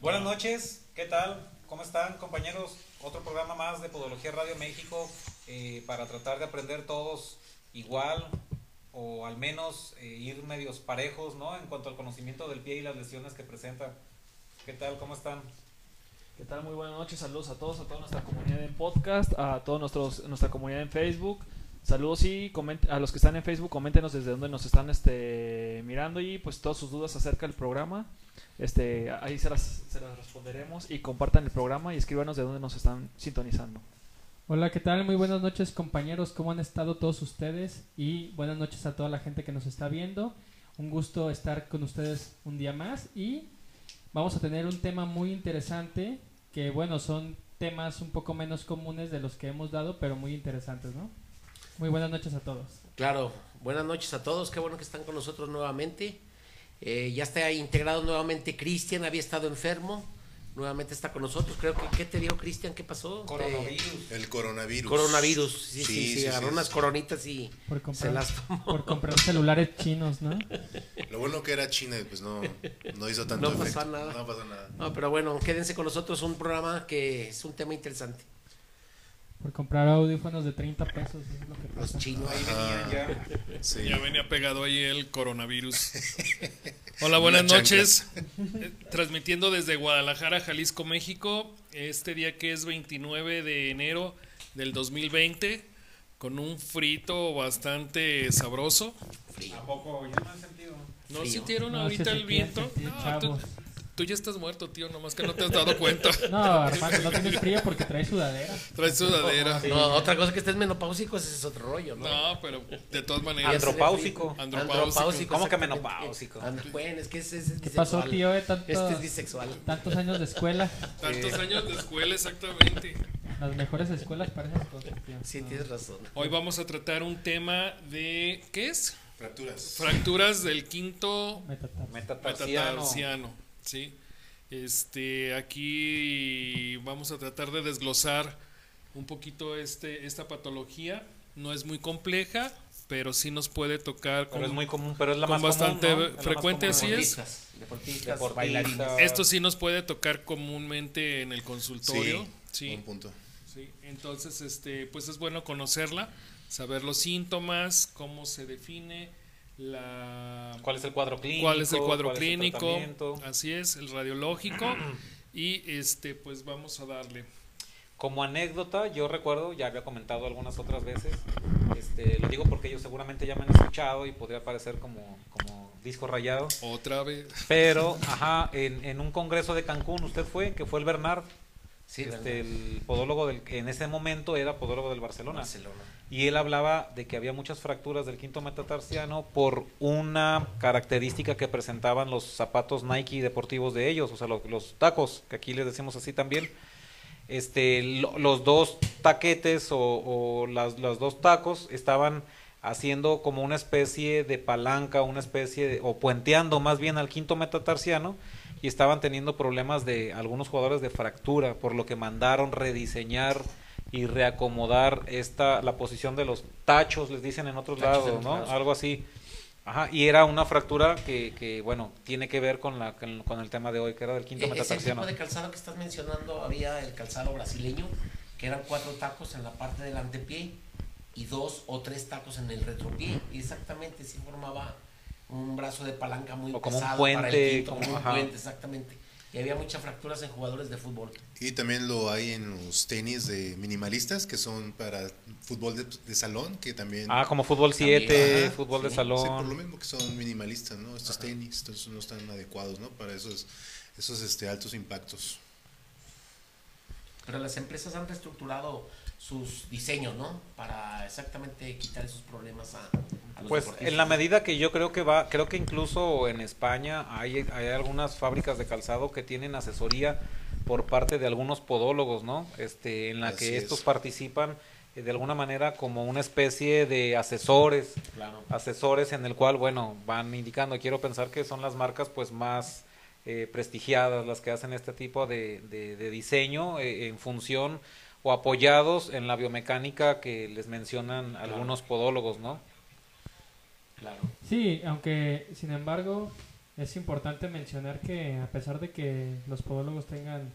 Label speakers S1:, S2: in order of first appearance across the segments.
S1: Buenas noches, ¿qué tal? ¿Cómo están compañeros? Otro programa más de Podología Radio México eh, para tratar de aprender todos igual o al menos eh, ir medios parejos, ¿no? En cuanto al conocimiento del pie y las lesiones que presenta. ¿Qué tal? ¿Cómo están?
S2: ¿Qué tal? Muy buenas noches, saludos a todos, a toda nuestra comunidad en podcast, a toda nuestra comunidad en Facebook. Saludos y coment- a los que están en Facebook, coméntenos desde dónde nos están este, mirando y pues todas sus dudas acerca del programa. Este, ahí se las, se las responderemos y compartan el programa y escríbanos de dónde nos están sintonizando.
S3: Hola, ¿qué tal? Muy buenas noches compañeros, ¿cómo han estado todos ustedes? Y buenas noches a toda la gente que nos está viendo. Un gusto estar con ustedes un día más y vamos a tener un tema muy interesante que bueno, son temas un poco menos comunes de los que hemos dado, pero muy interesantes, ¿no? Muy buenas noches a todos.
S4: Claro, buenas noches a todos, qué bueno que están con nosotros nuevamente. Eh, ya está integrado nuevamente Cristian, había estado enfermo, nuevamente está con nosotros. Creo que, ¿qué te dio Cristian? ¿Qué pasó? Te-
S1: Coronavirus.
S5: El coronavirus.
S4: Coronavirus, sí, sí,
S5: Sí,
S4: sí,
S5: sí,
S4: agarró
S5: sí,
S4: unas
S5: sí.
S4: coronitas y
S3: Por
S4: se
S3: comprar,
S4: las tomó.
S3: por comprar celulares chinos, ¿no?
S5: Lo bueno que era China, y pues no, no hizo tanto
S4: No pasó
S5: efecto.
S4: nada.
S5: No pasó nada.
S4: No, pero bueno, quédense con nosotros, un programa que es un tema interesante.
S3: Por comprar audífonos de 30 pesos, es lo que
S4: Los
S3: pasa.
S4: chinos.
S1: Ahí
S6: Ah.
S1: venían ya.
S5: Sí.
S6: Ya venía pegado ahí el coronavirus. Hola, buenas
S5: Una chancla.
S6: noches. Eh, Transmitiendo desde Guadalajara, Jalisco, México, este día que es 29 de enero del 2020, con un frito bastante sabroso.
S1: ¿A poco? Yo no he sentido.
S6: ¿No
S4: Frío.
S6: sintieron
S3: No,
S6: ahorita
S3: se
S6: el
S3: sentía,
S6: viento?
S3: sentía,
S6: No, tú,
S3: chavos.
S6: tú ya estás muerto, tío, nomás que no te has dado cuenta.
S3: No, hermano, no tienes frío porque traes sudadera.
S6: Traes sudadera.
S4: Ah, No, otra cosa que estés menopáusico, ese es otro rollo, ¿no?
S6: No, pero de todas maneras.
S1: Andropáusico.
S6: Andropáusico.
S1: ¿Cómo que
S4: exactamente.
S1: menopáusico?
S4: And- Bueno, es que ese es
S3: ¿Qué pasó,
S4: bisexual.
S3: tío? eh? Tanto-
S4: Este es bisexual.
S3: Tantos años de escuela,
S6: Tantos años de escuela, exactamente.
S3: las mejores escuelas para esas cosas, tío.
S4: Sí,
S3: No.
S4: tienes razón.
S6: Hoy vamos a tratar un tema de. ¿Qué es?
S5: Fracturas.
S6: Fracturas del quinto
S3: Metatarso.
S1: Metatarsiano.
S6: metatarsiano. ¿sí? Este, aquí vamos a tratar de desglosar un poquito este, esta patología. No es muy compleja, pero sí nos puede tocar con.
S1: Pero es muy común, pero es la
S6: Con
S1: más común,
S6: bastante
S1: ¿no? Es la más
S6: frecuente,
S1: común.
S6: así es.
S4: Deportistas, deportistas,
S1: Deportistas,
S4: bailarines.
S6: Esto sí nos puede tocar comúnmente en el consultorio. Sí.
S5: Un punto.
S6: Sí, entonces, este, pues es bueno conocerla, saber los síntomas, cómo se define, la,
S1: ¿Cuál es el cuadro clínico?
S6: cuál es el cuadro
S1: cuál es el
S6: clínico,
S1: tratamiento?
S6: así es, el radiológico, y este, pues vamos a darle.
S1: Como anécdota, yo recuerdo, ya había comentado algunas otras veces, este, lo digo porque ellos seguramente ya me han escuchado y podría parecer como, como disco rayado,
S6: Otra vez.
S1: pero ajá, en, en un congreso de Cancún usted fue, que fue el Bernard,
S4: Sí,
S1: este,
S4: ¿verdad?
S1: el podólogo del, que en ese momento era podólogo del Barcelona,
S4: Barcelona.
S1: y él hablaba de que había muchas fracturas del quinto metatarsiano por una característica que presentaban los zapatos Nike deportivos de ellos, o sea, lo- los tacos, que aquí les decimos así también. Este, lo- los dos taquetes o, o las, los dos tacos estaban haciendo como una especie de palanca, una especie de- o puenteando más bien al quinto metatarsiano y estaban teniendo problemas de algunos jugadores de fractura, por lo que mandaron rediseñar y reacomodar esta la posición de los tachos, les dicen en otros
S4: Tachos en
S1: lados,
S4: otros
S1: ¿no?
S4: lados.
S1: Algo así. Ajá, y era una fractura que, que, bueno, tiene que ver con la con, con el tema de hoy, que era del quinto
S4: E- Ese
S1: metatarsiano.
S4: tipo de calzado que estás mencionando, había el calzado brasileño, que eran cuatro tacos en la parte del antepié y dos o tres tacos en el retropié. Y exactamente, sí formaba un brazo de palanca muy
S1: O como un
S4: pesado para
S1: puente,
S4: el quinto,
S1: como-
S4: como un
S1: ajá.
S4: puente, exactamente. Y había muchas fracturas en jugadores de fútbol.
S5: Y también lo hay en los tenis de minimalistas que son para fútbol de, de salón, que también.
S1: Ah, como fútbol 7,
S5: Ajá,
S1: fútbol de
S4: sí,
S5: Sí, por lo
S1: salón.
S5: mismo que son minimalistas, ¿no? Estos tenis, entonces no están adecuados, ¿no? Para esos, esos este, altos impactos.
S4: Pero las empresas han reestructurado sus diseños, ¿no? Para exactamente quitar esos problemas a, a los
S1: Pues
S4: deportistas.
S1: en la medida que yo creo que va, creo que incluso en España hay, hay algunas fábricas de calzado que tienen asesoría por parte de algunos podólogos, ¿no? Este, en la
S5: Así
S1: que
S5: es.
S1: estos participan eh, de alguna manera como una especie de asesores,
S4: Claro.
S1: asesores en el cual, bueno, van indicando, quiero pensar que son las marcas pues más eh, prestigiadas las que hacen este tipo de, de- de diseño eh, en función o apoyados en la biomecánica que les mencionan algunos podólogos, ¿no?
S4: Claro.
S3: Sí, aunque sin embargo, es importante mencionar que a pesar de que los podólogos tengan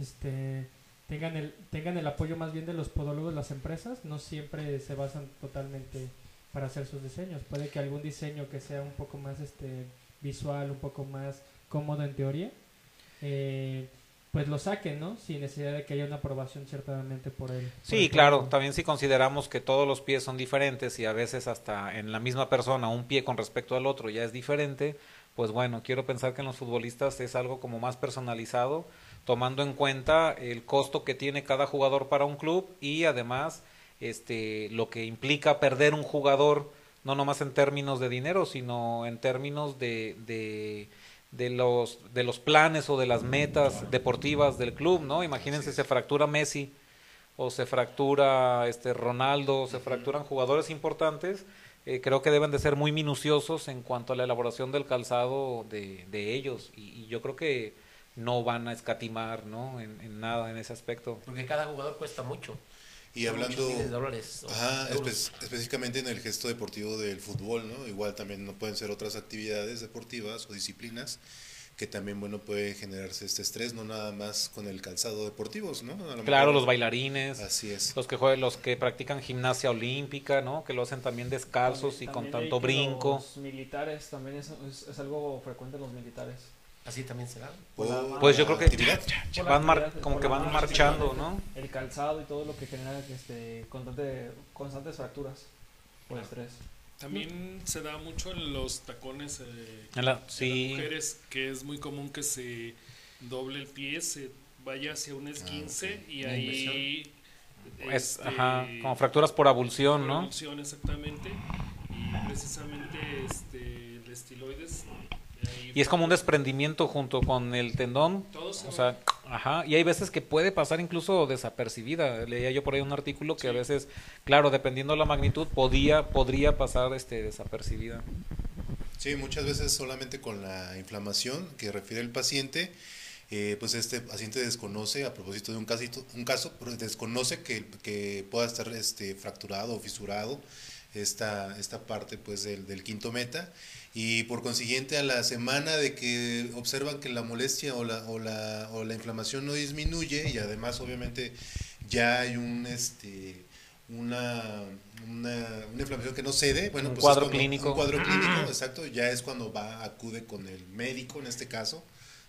S3: este tengan el tengan el apoyo más bien de los podólogos las empresas no siempre se basan totalmente para hacer sus diseños puede que algún diseño que sea un poco más este visual un poco más cómodo en teoría eh, pues lo saquen, ¿no? Sin necesidad de que haya una aprobación ciertamente por él.
S1: Sí, claro, también si consideramos que todos los pies son diferentes y a veces hasta en la misma persona un pie con respecto al otro ya es diferente, pues bueno, quiero pensar que en los futbolistas es algo como más personalizado, tomando en cuenta el costo que tiene cada jugador para un club y además este lo que implica perder un jugador no nomás en términos de dinero, sino en términos de, de de los de los planes o de las metas deportivas del club, ¿no? Imagínense se fractura Messi o se fractura este Ronaldo, se fracturan jugadores importantes, eh, creo que deben de ser muy minuciosos en cuanto a la elaboración del calzado de, de ellos y, y yo creo que no van a escatimar, ¿no? En, en nada en ese aspecto.
S4: Porque cada jugador cuesta mucho.
S5: Y
S4: Son
S5: hablando
S4: muchos miles de dólares, o
S5: ajá,
S4: euros.
S5: espe- específicamente en el gesto deportivo del fútbol, ¿no? Igual también no pueden ser otras actividades deportivas o disciplinas que también, bueno, puede generarse este estrés, no nada más con el calzado deportivos, ¿no? A lo
S1: Claro,
S5: mejor-
S1: los bailarines,
S5: Así es.
S1: los que juegan, los que practican gimnasia olímpica, ¿no? Que lo hacen también descalzos y con
S2: También leí
S1: tanto
S2: que
S1: brinco.
S2: Los militares también es, es- es algo frecuente en los militares.
S4: Así también será.
S5: Por
S1: Pues yo creo que-
S5: actividad.
S2: Por la
S1: Van mar-
S2: actividad-
S1: como
S2: por
S1: que
S2: la
S1: van
S2: marcha,
S1: marchando,
S2: obviamente,
S1: ¿no?
S2: El calzado y todo lo que genera este, constante, constantes fracturas por estrés.
S6: También se da mucho en los tacones eh,
S1: En la-
S6: de
S1: sí.
S6: las mujeres, que es muy común que se doble el pie, se vaya hacia
S1: Ah,
S6: un esquince y
S4: Una
S6: ahí...
S1: Es,
S6: este,
S1: ajá, como fracturas por abulsión, ¿no?
S6: producción, exactamente. Y precisamente este, el estiloides. eh, ahí
S1: Y es como un desprendimiento junto con el tendón.
S6: Todo se
S1: O
S6: va.
S1: sea, ajá. Y hay veces que puede pasar incluso desapercibida. Leía yo por ahí un artículo que a veces, claro, dependiendo de la magnitud, podía, podría pasar este desapercibida.
S5: Sí, muchas veces solamente con la inflamación que refiere el paciente, eh, pues este paciente desconoce, a propósito de un, casito, un caso, pero desconoce que, que pueda estar este, fracturado o fisurado esta, esta parte pues, del, del quinto meta y por consiguiente a la semana de que observan que la molestia o la, o la, o la inflamación no disminuye y además obviamente ya hay un... Este, una, una, una inflamación que no cede, bueno,
S1: Un
S5: pues es
S1: cuadro
S5: cuando-
S1: clínico.
S5: un cuadro clínico, exacto, ya es cuando va, acude con el médico en este caso,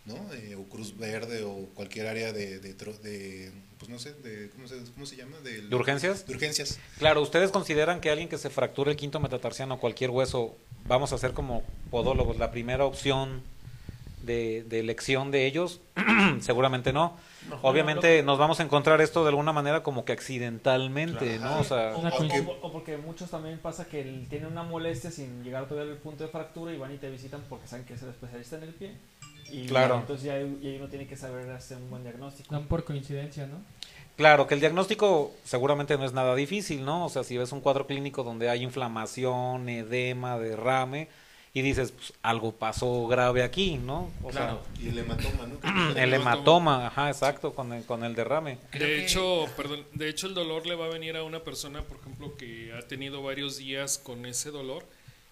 S5: ¿no? Eh, o Cruz Verde o cualquier área de, de, tro- de, pues no sé, de, ¿cómo, se, cómo se llama? Del-
S1: ¿De urgencias?
S5: de urgencias.
S1: Claro, ¿ustedes consideran que alguien que se fracture el quinto metatarsiano o cualquier hueso, vamos a hacer como podólogos, la primera opción de, de elección de ellos? Seguramente no. Obviamente nos vamos a encontrar esto de alguna manera como que accidentalmente,
S5: Ajá.
S1: ¿no? O sea,
S2: O,
S5: Ah,
S3: Una
S2: o-
S3: consi-
S2: o- o porque muchos también pasa que el- tienen una molestia sin llegar todavía al punto de fractura y van y te visitan porque saben que es el especialista en el pie. Y
S1: Claro.
S2: entonces ya, ya uno tiene que saber hacer un buen diagnóstico.
S3: Dan por coincidencia, ¿no?
S1: Claro, que el diagnóstico seguramente no es nada difícil, ¿no? O sea, si ves un cuadro clínico donde hay inflamación, edema, derrame, y dices, pues algo pasó grave aquí, ¿no? O
S4: Claro.
S5: Y el hematoma, ¿no?
S1: sea, el hematoma, ajá, exacto, con el, con el derrame.
S4: Creo
S6: de
S4: que-
S6: hecho, perdón, de hecho el dolor le va a venir a una persona, por ejemplo, que ha tenido varios días con ese dolor,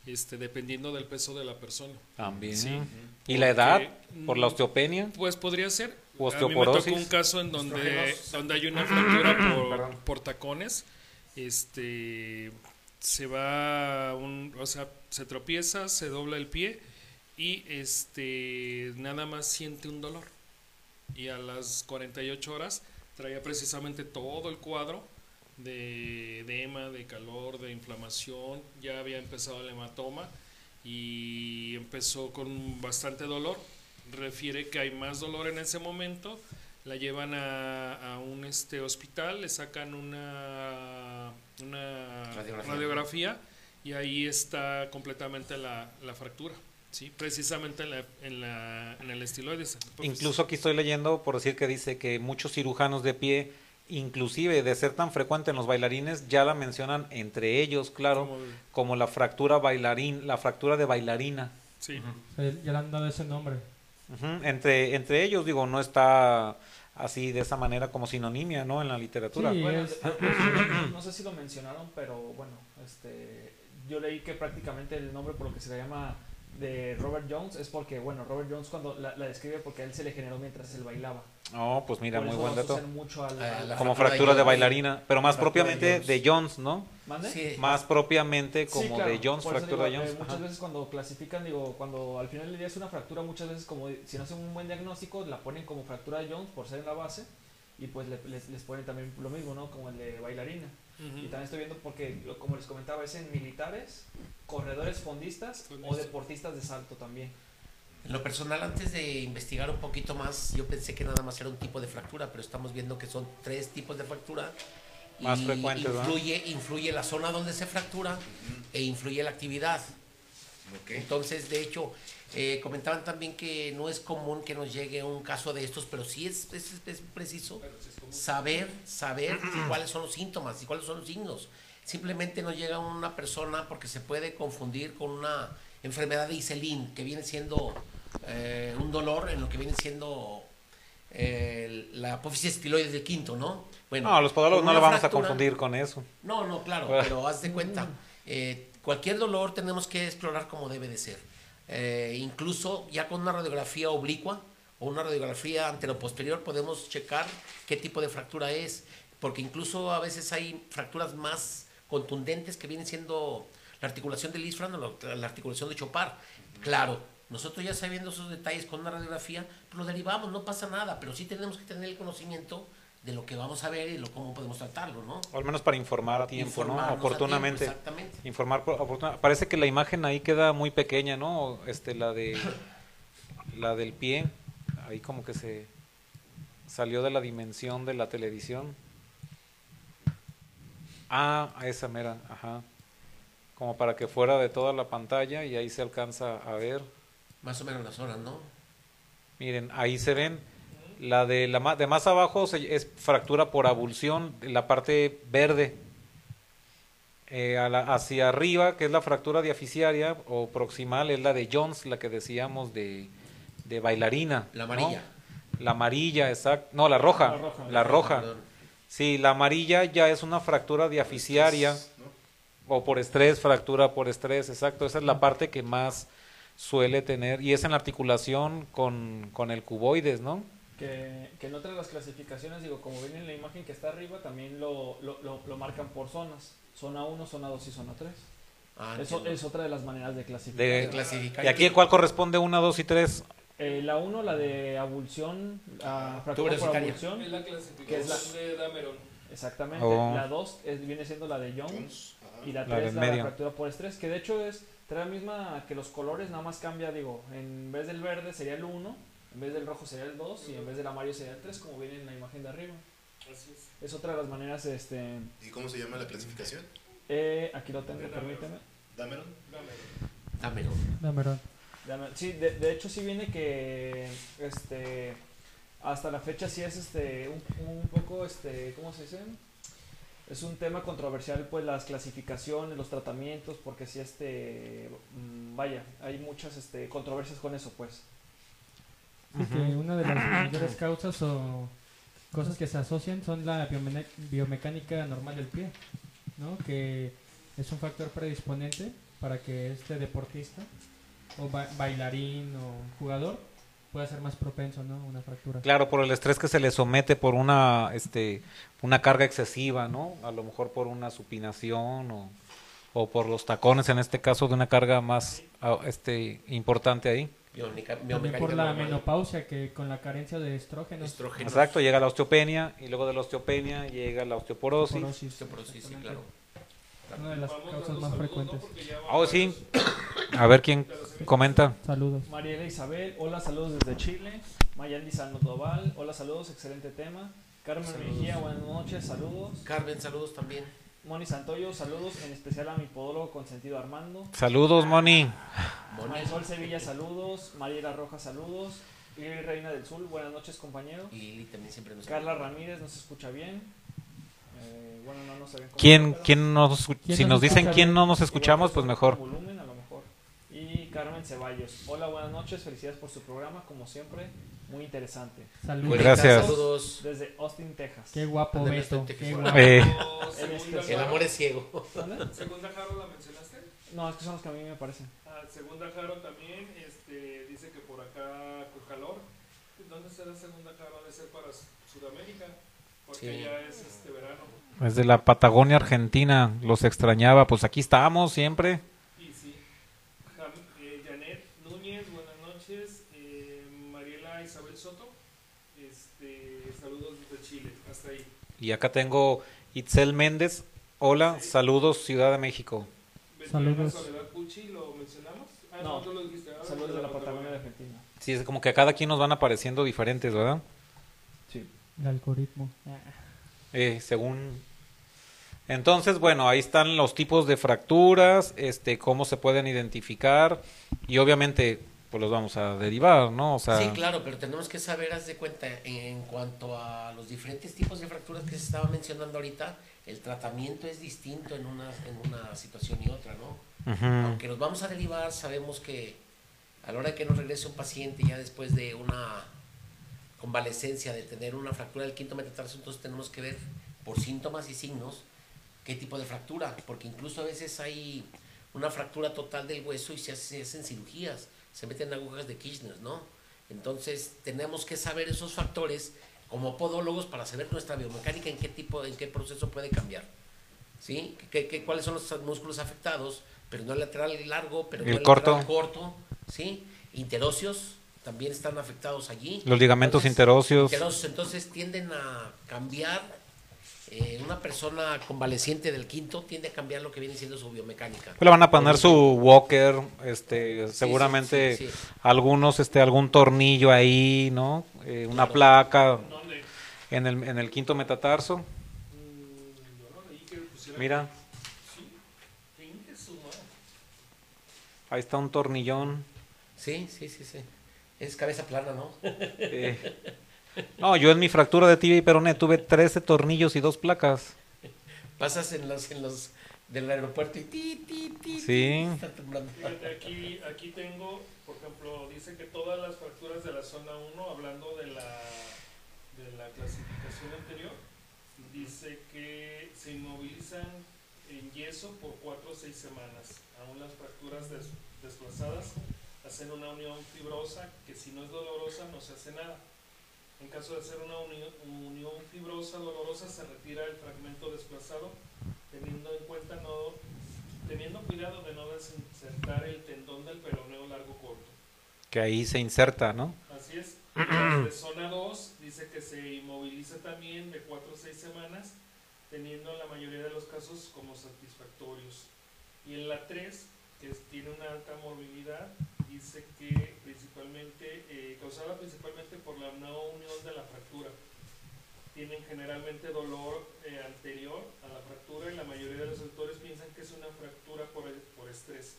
S6: este, dependiendo del peso de la persona.
S1: También.
S6: Sí.
S1: ¿Y la edad?
S6: Porque,
S1: ¿Por la
S6: mm,
S1: osteopenia?
S6: Pues podría ser.
S1: O
S6: A mí me tocó
S1: osteoporosis.
S6: un caso en donde,
S4: Estrógenos.
S6: donde hay una fractura por, por tacones. Este se va un, o sea, se tropieza, se dobla el pie y este nada más siente un dolor. Y a las 48 horas traía precisamente todo el cuadro de edema, de calor, de inflamación, ya había empezado el hematoma y empezó con bastante dolor. Refiere que hay más dolor en ese momento. La llevan a, a un este hospital, le sacan una, una
S4: Radiografía.
S6: radiografía. y ahí está completamente la, la fractura. Sí, precisamente en, la, en, la- en el estiloides. Entonces,
S1: Incluso aquí estoy leyendo, por decir que dice que muchos cirujanos de pie, inclusive de ser tan frecuente en los bailarines, ya la mencionan entre ellos, claro,
S6: como-
S1: como la fractura bailarín, la fractura de bailarina.
S6: sí.
S3: O sea, ya le han dado ese nombre.
S1: Ujú, Entre, entre ellos, digo, no está así de esa manera como sinonimia, ¿no? En la literatura.
S3: Sí.
S2: Bueno,
S3: es-
S2: no- no sé si lo mencionaron, pero bueno, este, yo leí que prácticamente el nombre por lo que se le llama de Robert Jones es porque, bueno, Robert Jones cuando la, la describe porque a él se le generó mientras él bailaba.
S1: No, pues mira,
S2: Por
S1: muy
S2: eso
S1: buen
S2: lo asocian
S1: dato.
S2: mucho a
S4: A
S2: la,
S4: la-
S1: Como
S4: fractura de
S1: fractura de
S4: Jones.
S1: bailarina, pero más
S4: Fractura de
S1: propiamente
S4: Jones.
S1: de Jones, ¿no?
S2: ¿Mande?
S4: Sí.
S1: Más propiamente
S2: Sí,
S1: como
S2: claro,
S1: de Jones,
S2: por eso
S1: fractura de
S2: digo, eh,
S1: Jones.
S2: muchas
S1: ajá.
S2: veces cuando clasifican, digo, cuando al final del día es una fractura, muchas veces como di- si no hacen un buen diagnóstico, la ponen como fractura de Jones por ser en la base y pues le- les, les ponen también lo mismo, ¿no? Como el de bailarina. Y
S6: Ujú.
S2: también estoy viendo porque, lo- como les comentaba, es en militares, corredores fondistas o
S6: Fondistas.
S2: deportistas de salto también.
S4: En lo personal, antes de investigar un poquito más, yo pensé que nada más era un tipo de fractura, pero estamos viendo que son tres tipos de fractura.
S1: Más frecuentes, ¿verdad?
S4: influye, influye la zona donde se fractura e influye la actividad.
S5: Ok.
S4: Entonces, de hecho, eh, comentaban también que no es común que nos llegue un caso de estos, pero sí es, es- es preciso saber, saber cuáles son los síntomas y cuáles son los signos. Simplemente no llega una persona porque se puede confundir con una enfermedad de Iselin, que viene siendo eh, un dolor en lo que viene siendo eh, la apófisis estiloides del quinto, ¿no? Bueno,
S1: No, los podólogos
S4: con
S1: no
S4: una
S1: lo vamos a
S4: fractura-
S1: confundir con eso.
S4: no, no, claro,
S1: Ah.
S4: pero haz de cuenta, eh, cualquier dolor tenemos que explorar como debe de ser. Eh, incluso ya con una radiografía oblicua o una radiografía anteroposterior podemos checar qué tipo de fractura es, porque incluso a veces hay fracturas más contundentes que vienen siendo la articulación del isfran o la, la articulación de Chopar. Claro, nosotros ya sabiendo esos detalles con una radiografía, pues lo derivamos, no pasa nada, pero sí tenemos que tener el conocimiento de lo que vamos a ver y lo cómo podemos tratarlo, ¿no?
S1: O al menos para informar a tiempo, ¿no?
S4: Informarnos a
S1: Oportunamente.
S4: tiempo, exactamente.
S1: Informar por- oportuna- Parece que la imagen ahí queda muy pequeña, ¿no? Este, la de la del pie, ahí como que se salió de la dimensión de la televisión. Ah, a esa mera, ajá. Como para que fuera de toda la pantalla y ahí se alcanza a ver.
S4: Más o menos las horas, ¿no?
S1: Miren, ahí se ven. La de, la ma- de más abajo se- es fractura por abulsión, en la parte verde. Eh, a la- hacia arriba, que es la fractura diaficiaria o proximal, es la de Jones, la que decíamos de, de bailarina.
S4: La
S1: ¿no?
S4: amarilla.
S1: La amarilla, exacto. No, la roja.
S2: La
S1: La
S2: roja.
S1: roja.
S4: Perdón.
S1: Sí, la amarilla ya es una fractura diaficiaria o por estrés, fractura por estrés, exacto. Esa es la parte que más suele tener y es en la articulación con, con el cuboides, ¿no?
S2: Que, que en otras las clasificaciones, digo, como ven en la imagen que está arriba, también lo, lo, lo- lo marcan por zonas. Zona 1, zona 2 y zona 3.
S4: Ah,
S2: Eso
S4: entiendo.
S2: es otra de las maneras de clasificar.
S1: De-
S4: De clasificar.
S1: Eh, ¿Y aquí cuál corresponde? Una, dos y tres.
S2: Eh, la 1, la de abulsión, ah, fractura
S4: Tuberosis
S2: por
S4: cariño.
S2: abulsión.
S6: Es la
S2: Que es
S6: clasificación
S2: la-
S6: de Dameron.
S2: Exactamente.
S1: Oh.
S2: La 2 viene siendo la de Jones.
S5: Entonces,
S2: Y la
S1: La
S2: 3
S1: del
S2: la, de
S1: medio.
S2: fractura por estrés. Que de hecho es. Trae la misma que los colores, nada más cambia, digo. En vez del verde sería el 1. En vez del rojo sería el 2. Y en vez del amarillo sería el 3. Como viene en la imagen de arriba.
S6: Así es.
S2: Es otra de las maneras. este
S5: ¿Y cómo se llama la clasificación?
S2: eh, Aquí lo tengo, permíteme.
S5: Dameron.
S4: Dámelo.
S3: No, perdón.
S2: Dame- Sí, de, de hecho sí viene que este hasta la fecha sí es este un, un poco este ¿cómo se dice? Es un tema controversial pues las clasificaciones, los tratamientos, porque sí este mm, vaya, hay muchas este controversias con eso pues.
S3: Sí, que
S1: Ujú.
S3: una de las mayores causas o cosas que se asocian son la biomene- biomecánica normal del pie, ¿no? Que es un factor predisponente para que este deportista o ba- bailarín o jugador pueda ser más propenso, ¿no? a Una fractura.
S1: Claro, por el estrés que se le somete por una, este, una carga excesiva, ¿no? A lo mejor por una supinación o, o por los tacones, en este caso, de una carga más ah, este, importante ahí.
S4: Biomeca-
S3: También
S4: biomecánica
S3: por la
S4: normal.
S3: menopausia, que con la carencia de estrógenos.
S4: Estrógenos.
S1: Exacto, llega la osteopenia y luego de la osteopenia llega la osteoporosis.
S3: osteoporosis,
S4: Osteoporosis, sí, claro.
S3: exactamente. Una de las
S6: Vamos
S3: causas
S6: dando
S3: más
S6: saludos,
S3: frecuentes.
S6: ¿no? Porque ya
S1: Oh,
S6: van
S1: sí.
S6: varios.
S1: A ver quién comenta.
S3: Saludos.
S2: Mariela Isabel, hola, saludos desde Chile. Mayandi Sandoval, hola, saludos, excelente tema. Carmen
S4: Saludos.
S2: Mejía, buenas noches, saludos.
S4: Carmen, saludos también.
S2: Moni Santoyo, saludos, en especial a mi podólogo consentido Armando.
S1: Saludos, Moni.
S4: Moni.
S2: Marisol Sevilla, saludos. Mariela Rojas, saludos. Lili Reina del Sur, buenas noches, compañero.
S4: Y Lili también siempre nos
S2: Carla Ramírez, nos escucha bien. Eh, bueno, no nos habían
S1: ¿Quién,
S2: comentado.
S1: quién nos, escu-
S3: ¿Quién
S1: si
S3: nos
S1: nos dicen
S3: escucha?
S1: quién no nos
S2: Igual
S1: escuchamos, pues
S2: con
S1: mejor.
S2: Volumen, a lo mejor. Y Carmen Ceballos, hola, buenas noches, felicidades por su programa, como siempre, muy interesante.
S3: Saludos.
S4: Güerita,
S1: Gracias.
S4: Saludos.
S2: Desde Austin, Texas.
S3: Qué guapo,
S4: Ándale,
S3: Beto.
S4: este que
S3: Qué
S4: fue.
S3: guapo.
S1: Eh,
S6: Oh,
S2: El
S6: segunda Jaro-
S4: El este amor es ciego.
S2: ¿Dónde?
S6: ¿Segunda Jaro la mencionaste?
S2: No, es que son los que a mí me parecen.
S6: Ah, segunda Jaro también este, dice que por acá con calor. ¿Dónde será segunda Jaro? Ha de ser para Su- Sudamérica, porque
S4: Sí.
S6: ya es este verano.
S1: Es de la Patagonia Argentina, los extrañaba, pues aquí estamos siempre.
S6: Y sí. Jam- eh, Janet Núñez, buenas noches. Eh, Mariela Isabel Soto, este, saludos desde Chile. Hasta ahí.
S1: Y acá tengo Itzel Méndez, hola, saludos Ciudad de México.
S6: Veterana
S3: Saludos.
S6: Soledad Pucci, ¿lo mencionamos? Ah, no,
S2: No.
S6: tú lo dijiste. ah,
S2: Saludos de la Patagonia de Argentina.
S1: Sí, es como que a cada quien nos van apareciendo diferentes, ¿verdad?
S2: Sí.
S3: El algoritmo.
S4: Ah.
S1: Eh, según. Entonces, bueno, ahí están los tipos de fracturas, este, cómo se pueden identificar y obviamente, pues los vamos a derivar, ¿no? O sea,
S4: Sí, claro, pero tenemos que saber, haz de cuenta, en cuanto a los diferentes tipos de fracturas que se estaba mencionando ahorita, el tratamiento es distinto en una, en una situación y otra, ¿no?
S1: ujú.
S4: Aunque nos vamos a derivar, sabemos que a la hora que nos regrese un paciente ya después de una convalecencia, de tener una fractura del quinto metatarso, entonces tenemos que ver por síntomas y signos qué tipo de fractura, porque incluso a veces hay una fractura total del hueso y se, hace- se hacen cirugías, se meten agujas de Kirchner, ¿no? Entonces tenemos que saber esos factores como podólogos para saber nuestra biomecánica en qué tipo, en qué proceso puede cambiar. ¿sí? ¿Qué, qué- cuáles son los músculos afectados? Pero no el lateral largo, pero no
S1: El
S4: lateral
S1: corto.
S4: corto, ¿sí? Interóseos también están afectados allí.
S1: los ligamentos
S4: Entonces,
S1: interóseos.
S4: Interóseos, entonces tienden a cambiar. eh, una persona convaleciente del quinto tiende a cambiar lo que viene siendo su biomecánica.
S1: Pues le van a poner su walker, este, seguramente
S4: sí, sí.
S1: algunos, este, algún tornillo ahí, ¿no? Eh, una
S4: Claro.
S1: placa
S6: ¿Dónde?
S1: en el, en el quinto metatarso.
S6: Mm, yo no leí que pusiera-
S1: Mira,
S6: Sí. Chingue su madre.
S1: ahí está un tornillón.
S4: Sí, sí, sí, sí. Es cabeza plana, ¿no?
S1: Eh, No, yo en mi fractura de tibia y peroné tuve 13 tornillos y dos placas.
S4: Pasas en los, en los del aeropuerto y ti, ti, ti,
S1: Sí.
S4: ti, está temblando.
S6: Fíjate, aquí, aquí tengo, por ejemplo, dice que todas las fracturas de la zona 1, hablando de la, de la clasificación anterior, dice que se inmovilizan en yeso por 4 o 6 semanas. Aún las fracturas des- desplazadas hacen una unión fibrosa que si no es dolorosa no se hace nada. En caso de hacer una uni- unión fibrosa dolorosa se retira el fragmento desplazado teniendo en cuenta no teniendo cuidado de no desinsertar el tendón del peroneo largo corto.
S1: Que ahí se inserta, ¿no?
S6: Así es. Las de zona 2 dice que se inmoviliza también de 4 a 6 semanas, teniendo en la mayoría de los casos como satisfactorios. Y en la 3, que es- tiene una alta morbilidad, dice que principalmente, eh, causada principalmente por la no unión de la fractura. Tienen generalmente dolor eh, anterior a la fractura y la mayoría de los autores piensan que es una fractura por, por estrés.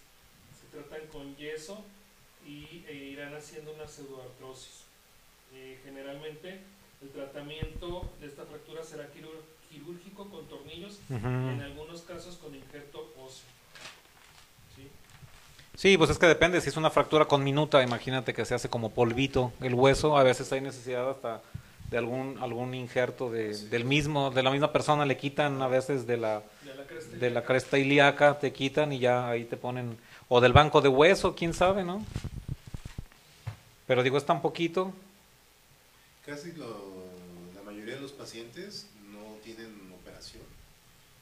S6: Se tratan con yeso, y e irán haciendo una pseudoartrosis. Eh, generalmente el tratamiento de esta fractura será quirú- quirúrgico con tornillos y en
S1: Ujú.
S6: algunos casos con injerto óseo. ¿Sí?
S1: Sí, pues es que depende. Si es una fractura con minuta, imagínate que se hace como polvito el hueso. A veces hay necesidad hasta de algún algún injerto de- del mismo, de la misma persona. Le quitan a veces de la
S6: De la cresta.
S1: de la cresta ilíaca, te quitan y ya ahí te ponen o del banco de hueso, quién sabe, ¿no? Pero digo es tan poquito.
S5: Casi lo- la mayoría de los pacientes no tienen operación.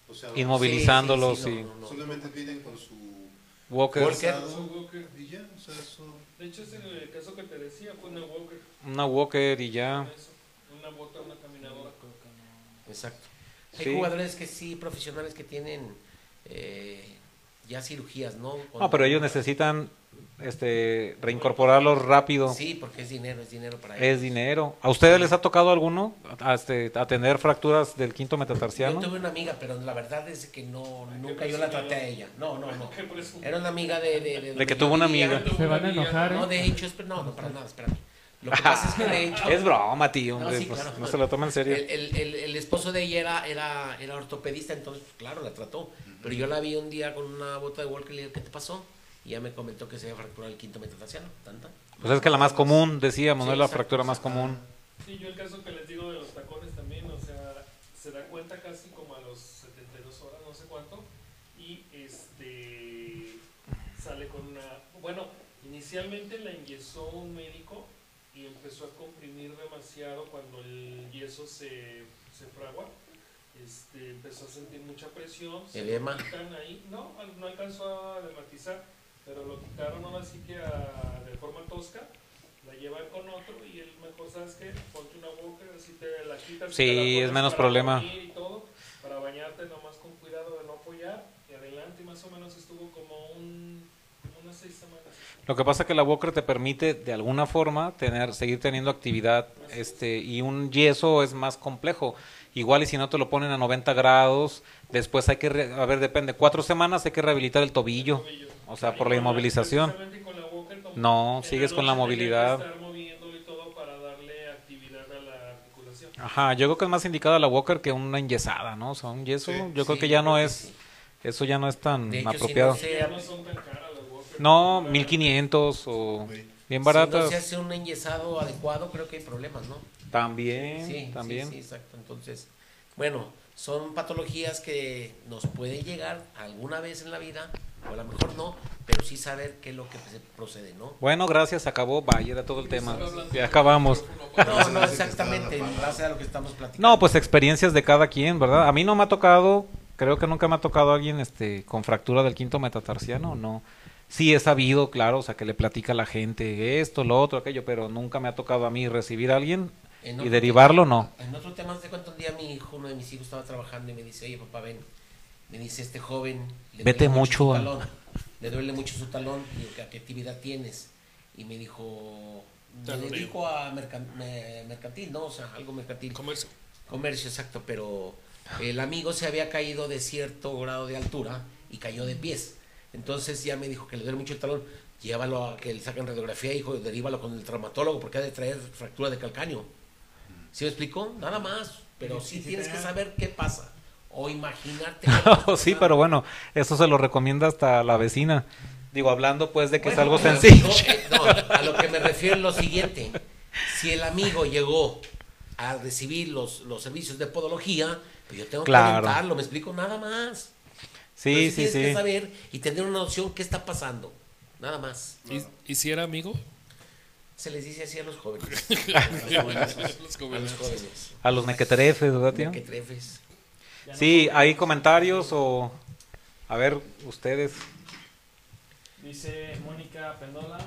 S5: O sea,
S1: Inmovilizándolos
S4: Sí, sí, sí,
S1: y-
S4: no, no, no.
S5: solamente vienen con su
S1: Walker,
S4: Walker.
S5: calzado y ya, o sea, eso-
S6: De hecho, es el caso que te decía, fue una walker,
S1: una walker y ya.
S6: con eso, una bota, una caminadora.
S4: Exacto. Hay
S1: Sí.
S4: jugadores que sí, profesionales que tienen eh, ya cirugías, ¿no?
S1: No, Ah, pero ellos necesitan este reincorporarlos rápido.
S4: Sí, porque es dinero, es dinero para ellos.
S1: Es dinero. ¿A ustedes les ha tocado alguno a, este, a tener fracturas del quinto
S4: Yo
S1: metatarsiano?
S4: tuve una amiga, pero la verdad es que no,
S6: Ay,
S4: nunca
S6: qué
S4: yo la
S6: presumido.
S4: traté a ella. No, no, no.
S6: ¿Qué presumido.
S4: Era una amiga de...
S1: De
S4: De,
S1: que
S4: doña
S1: tuvo una
S4: Lidia.
S1: amiga.
S3: Se van a enojar,
S4: No,
S3: ¿eh?
S4: de hecho, esp- no, no, para nada, espérame. Lo que pasa es que de hecho...
S1: Es broma, tío.
S4: No,
S1: hombre,
S4: sí,
S1: pues,
S4: claro.
S1: no se lo tomen en serio.
S4: El, el- el- el esposo de ella era, era, era ortopedista, entonces, pues, claro, la trató. Pero yo la vi un día con una bota de Walker y le dije, ¿qué te pasó? Y ella me comentó que se había fracturado el quinto metatarsiano. Tanta.
S1: Pues es que la más común, decíamos,
S4: Sí,
S1: no es la
S4: exacto,
S1: fractura más
S4: exacto.
S1: común.
S6: Sí, yo el caso que les digo de los tacones también, o sea, se da cuenta casi como a los 72 horas, no sé cuánto, y este sale con una bueno inicialmente la enyesó un médico y empezó a comprimir demasiado cuando el yeso se, se fragua este, empezó a sentir mucha presión se lo
S4: Edema.
S6: quitan ahí no al- no alcanzó a dermatizar pero lo quitaron ahora sí que a- de forma tosca la llevan con otro y él mejor sabes que ponte una boca así te la quitas
S1: Sí,
S6: te la pones
S1: es menos
S6: para
S1: problema.
S6: dormir y todo para bañarte nomás con cuidado de no apoyar y adelante más o menos estuvo como un como unas seis semanas
S1: Lo que pasa es que la boca te permite de alguna forma tener, seguir teniendo actividad, este, y un yeso es más complejo. Igual y si no te lo ponen a 90 grados, después hay que, re- a ver, depende, cuatro semanas hay que rehabilitar el tobillo, o sea, por la inmovilización.
S6: Precisamente con la boca, como
S1: No,
S6: en
S1: sigues con la
S6: noche tenía que
S1: movilidad.
S6: estar moviéndolo y todo para darle actividad a la articulación
S1: Ajá, yo creo que es más indicada la Walker que una enyesada, ¿no? O sea, un yeso,
S5: Sí,
S1: yo creo
S4: sí,
S1: que
S4: yo
S1: ya no
S4: creo que
S1: es,
S4: sí.
S1: eso ya no es tan
S4: De hecho, si no
S1: apropiado.
S4: se-
S6: ya no son tan caras las walkers.
S1: No, 1500 o
S5: Güey.
S1: bien
S4: Si
S1: baratas.
S4: no se hace un enyesado adecuado, creo que hay problemas, ¿no?
S1: También,
S4: Sí,
S1: también.
S4: sí, sí, exacto. Entonces, bueno, son patologías que nos pueden llegar alguna vez en la vida, o a lo mejor no, pero sí saber qué es lo que se procede, ¿no?
S1: Bueno, gracias, acabó, vaya, era todo el tema. Ya acabamos.
S4: No, no, exactamente, en base a lo que estamos platicando.
S1: No, pues experiencias de cada quien, ¿verdad? A mí no me ha tocado, creo que nunca me ha tocado alguien este con fractura del quinto metatarsiano, no. Sí he sabido, claro, o sea, que le platica a la gente esto, lo otro, aquello, pero nunca me ha tocado a mí recibir a alguien
S4: En
S1: y
S4: otro
S1: derivarlo, no.
S4: En otro tema, te cuento un día mi hijo, uno de mis hijos estaba trabajando y me dice, oye papá, ven, me dice este joven, le
S1: Vete
S4: duele
S1: mucho
S4: su
S1: a-
S4: talón, le duele mucho su talón, y digo, ¿qué qué actividad tienes? Y me dijo, me
S6: Taloneo.
S4: dedico a mercan- me- mercantil, ¿no? O sea, algo mercantil.
S6: comercio
S4: Comercio, exacto, pero el amigo se había caído de cierto grado de altura y cayó de pies. Entonces ya me dijo que le duele mucho el talón, llévalo a que le saquen radiografía, hijo, derívalo con el traumatólogo porque ha de traer fractura de calcaño. ¿Sí me explicó? Nada más, pero sí tienes que saber qué pasa o imaginarte. qué va a pasar.
S1: Oh, sí, pero bueno, eso se lo recomienda hasta la vecina. Digo, hablando pues de que es
S4: Bueno,
S1: algo
S4: pero
S1: sencillo.
S4: no, eh, no, a lo que me refiero es lo siguiente. Si el amigo llegó a recibir los, los servicios de podología, pues yo tengo
S1: Claro.
S4: que orientarlo, me explico nada más.
S1: Sí,
S4: Pero
S1: sí,
S4: Tienes que
S1: sí.
S4: saber y tener una noción qué está pasando. Nada más.
S6: ¿Y, y si era amigo
S4: Se les dice así a los jóvenes. A los jóvenes.
S6: pues.
S4: A los jóvenes.
S1: A los mequetrefes, ¿verdad, tío?
S4: Que trefes.
S1: Sí, hay comentarios o a ver ustedes.
S2: Dice Mónica Pendola.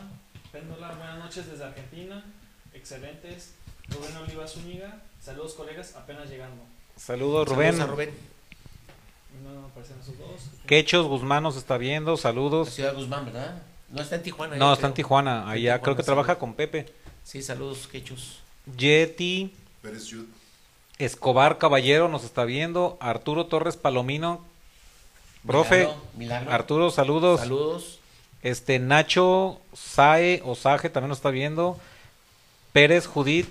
S2: Pendola, buenas noches desde Argentina. Excelentes. Rubén Oliva Zúñiga. Saludos, colegas, apenas llegando.
S1: Saludos, Rubén.
S4: Saludos a Rubén.
S2: No, no aparecen esos dos.
S1: Quechos Guzmán nos está viendo,
S4: La
S1: saludos.
S4: ciudad de Guzmán, ¿verdad? No está en Tijuana.
S1: No,
S4: yo
S1: está en
S4: creo.
S1: Tijuana, allá
S4: Tijuana,
S1: creo que
S4: sí.
S1: trabaja con Pepe.
S4: Sí, saludos, quechus.
S1: Yeti
S5: Pero es yo-
S1: Escobar Caballero nos está viendo, Arturo Torres Palomino. Profe,
S4: Milagro, Milagro.
S1: Arturo, saludos.
S4: Saludos.
S1: Este Nacho Sae o Saje también nos está viendo. Pérez Judith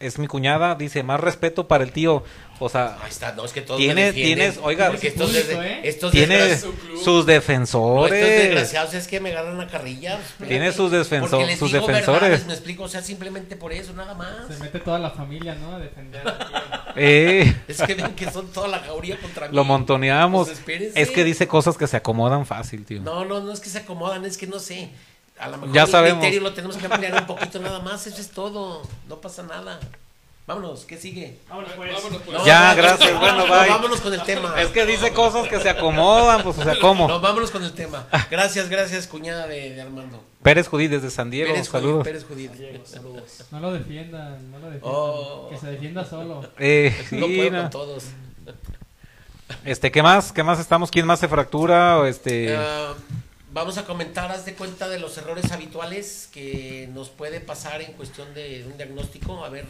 S1: es mi cuñada, dice, más respeto para el tío. O sea,
S4: Ahí está, no, es que todos
S1: Tienes-
S4: me defienden,
S1: tienes- oiga,
S4: porque estos,
S3: público,
S4: desde-
S3: ¿eh?
S4: estos
S1: tiene
S4: desgraci-
S1: sus
S4: no, estos
S1: defensores.
S4: desgraciados es que me agarran pues, a carrillas.
S1: Tiene sus desfenso- sus defensores.
S4: me explico, o sea, simplemente por eso, nada más.
S3: Se mete toda la familia, ¿no? A defender. al tío.
S1: Eh,
S4: Es que ven que son toda la jauría contra mí.
S1: lo montoneamos.
S4: Pues espérense.
S1: es que dice cosas que se acomodan fácil, tío.
S4: No, no, no es que se acomodan, es que no sé. A lo mejor
S1: Ya
S4: el
S1: sabemos.
S4: criterio lo tenemos que ampliar un poquito nada más, eso es todo. No pasa nada. Vámonos, ¿qué sigue?
S2: Vámonos, pues.
S4: No,
S1: Ya,
S4: no,
S1: gracias,
S4: no,
S1: bueno,
S4: no,
S1: bye.
S4: vámonos con el tema.
S1: Es que dice cosas que se acomodan, pues, o sea, ¿cómo?
S4: No, vámonos con el tema. Gracias, gracias, cuñada de, de Armando.
S1: Pérez Judí desde San Diego,
S4: Pérez Judith,
S1: saludos.
S4: Pérez Judith.
S2: Diego, saludos.
S3: No lo defiendan, no lo defiendan.
S4: Oh.
S3: Que se defienda solo.
S1: Eh,
S4: No
S1: sí,
S4: puedo
S1: no.
S4: con todos.
S1: Este, ¿qué más? ¿Qué más estamos? ¿Quién más se fractura? O este,
S4: Ah, vamos a comentar, haz de cuenta de los errores habituales que nos puede pasar en cuestión de un diagnóstico. A ver,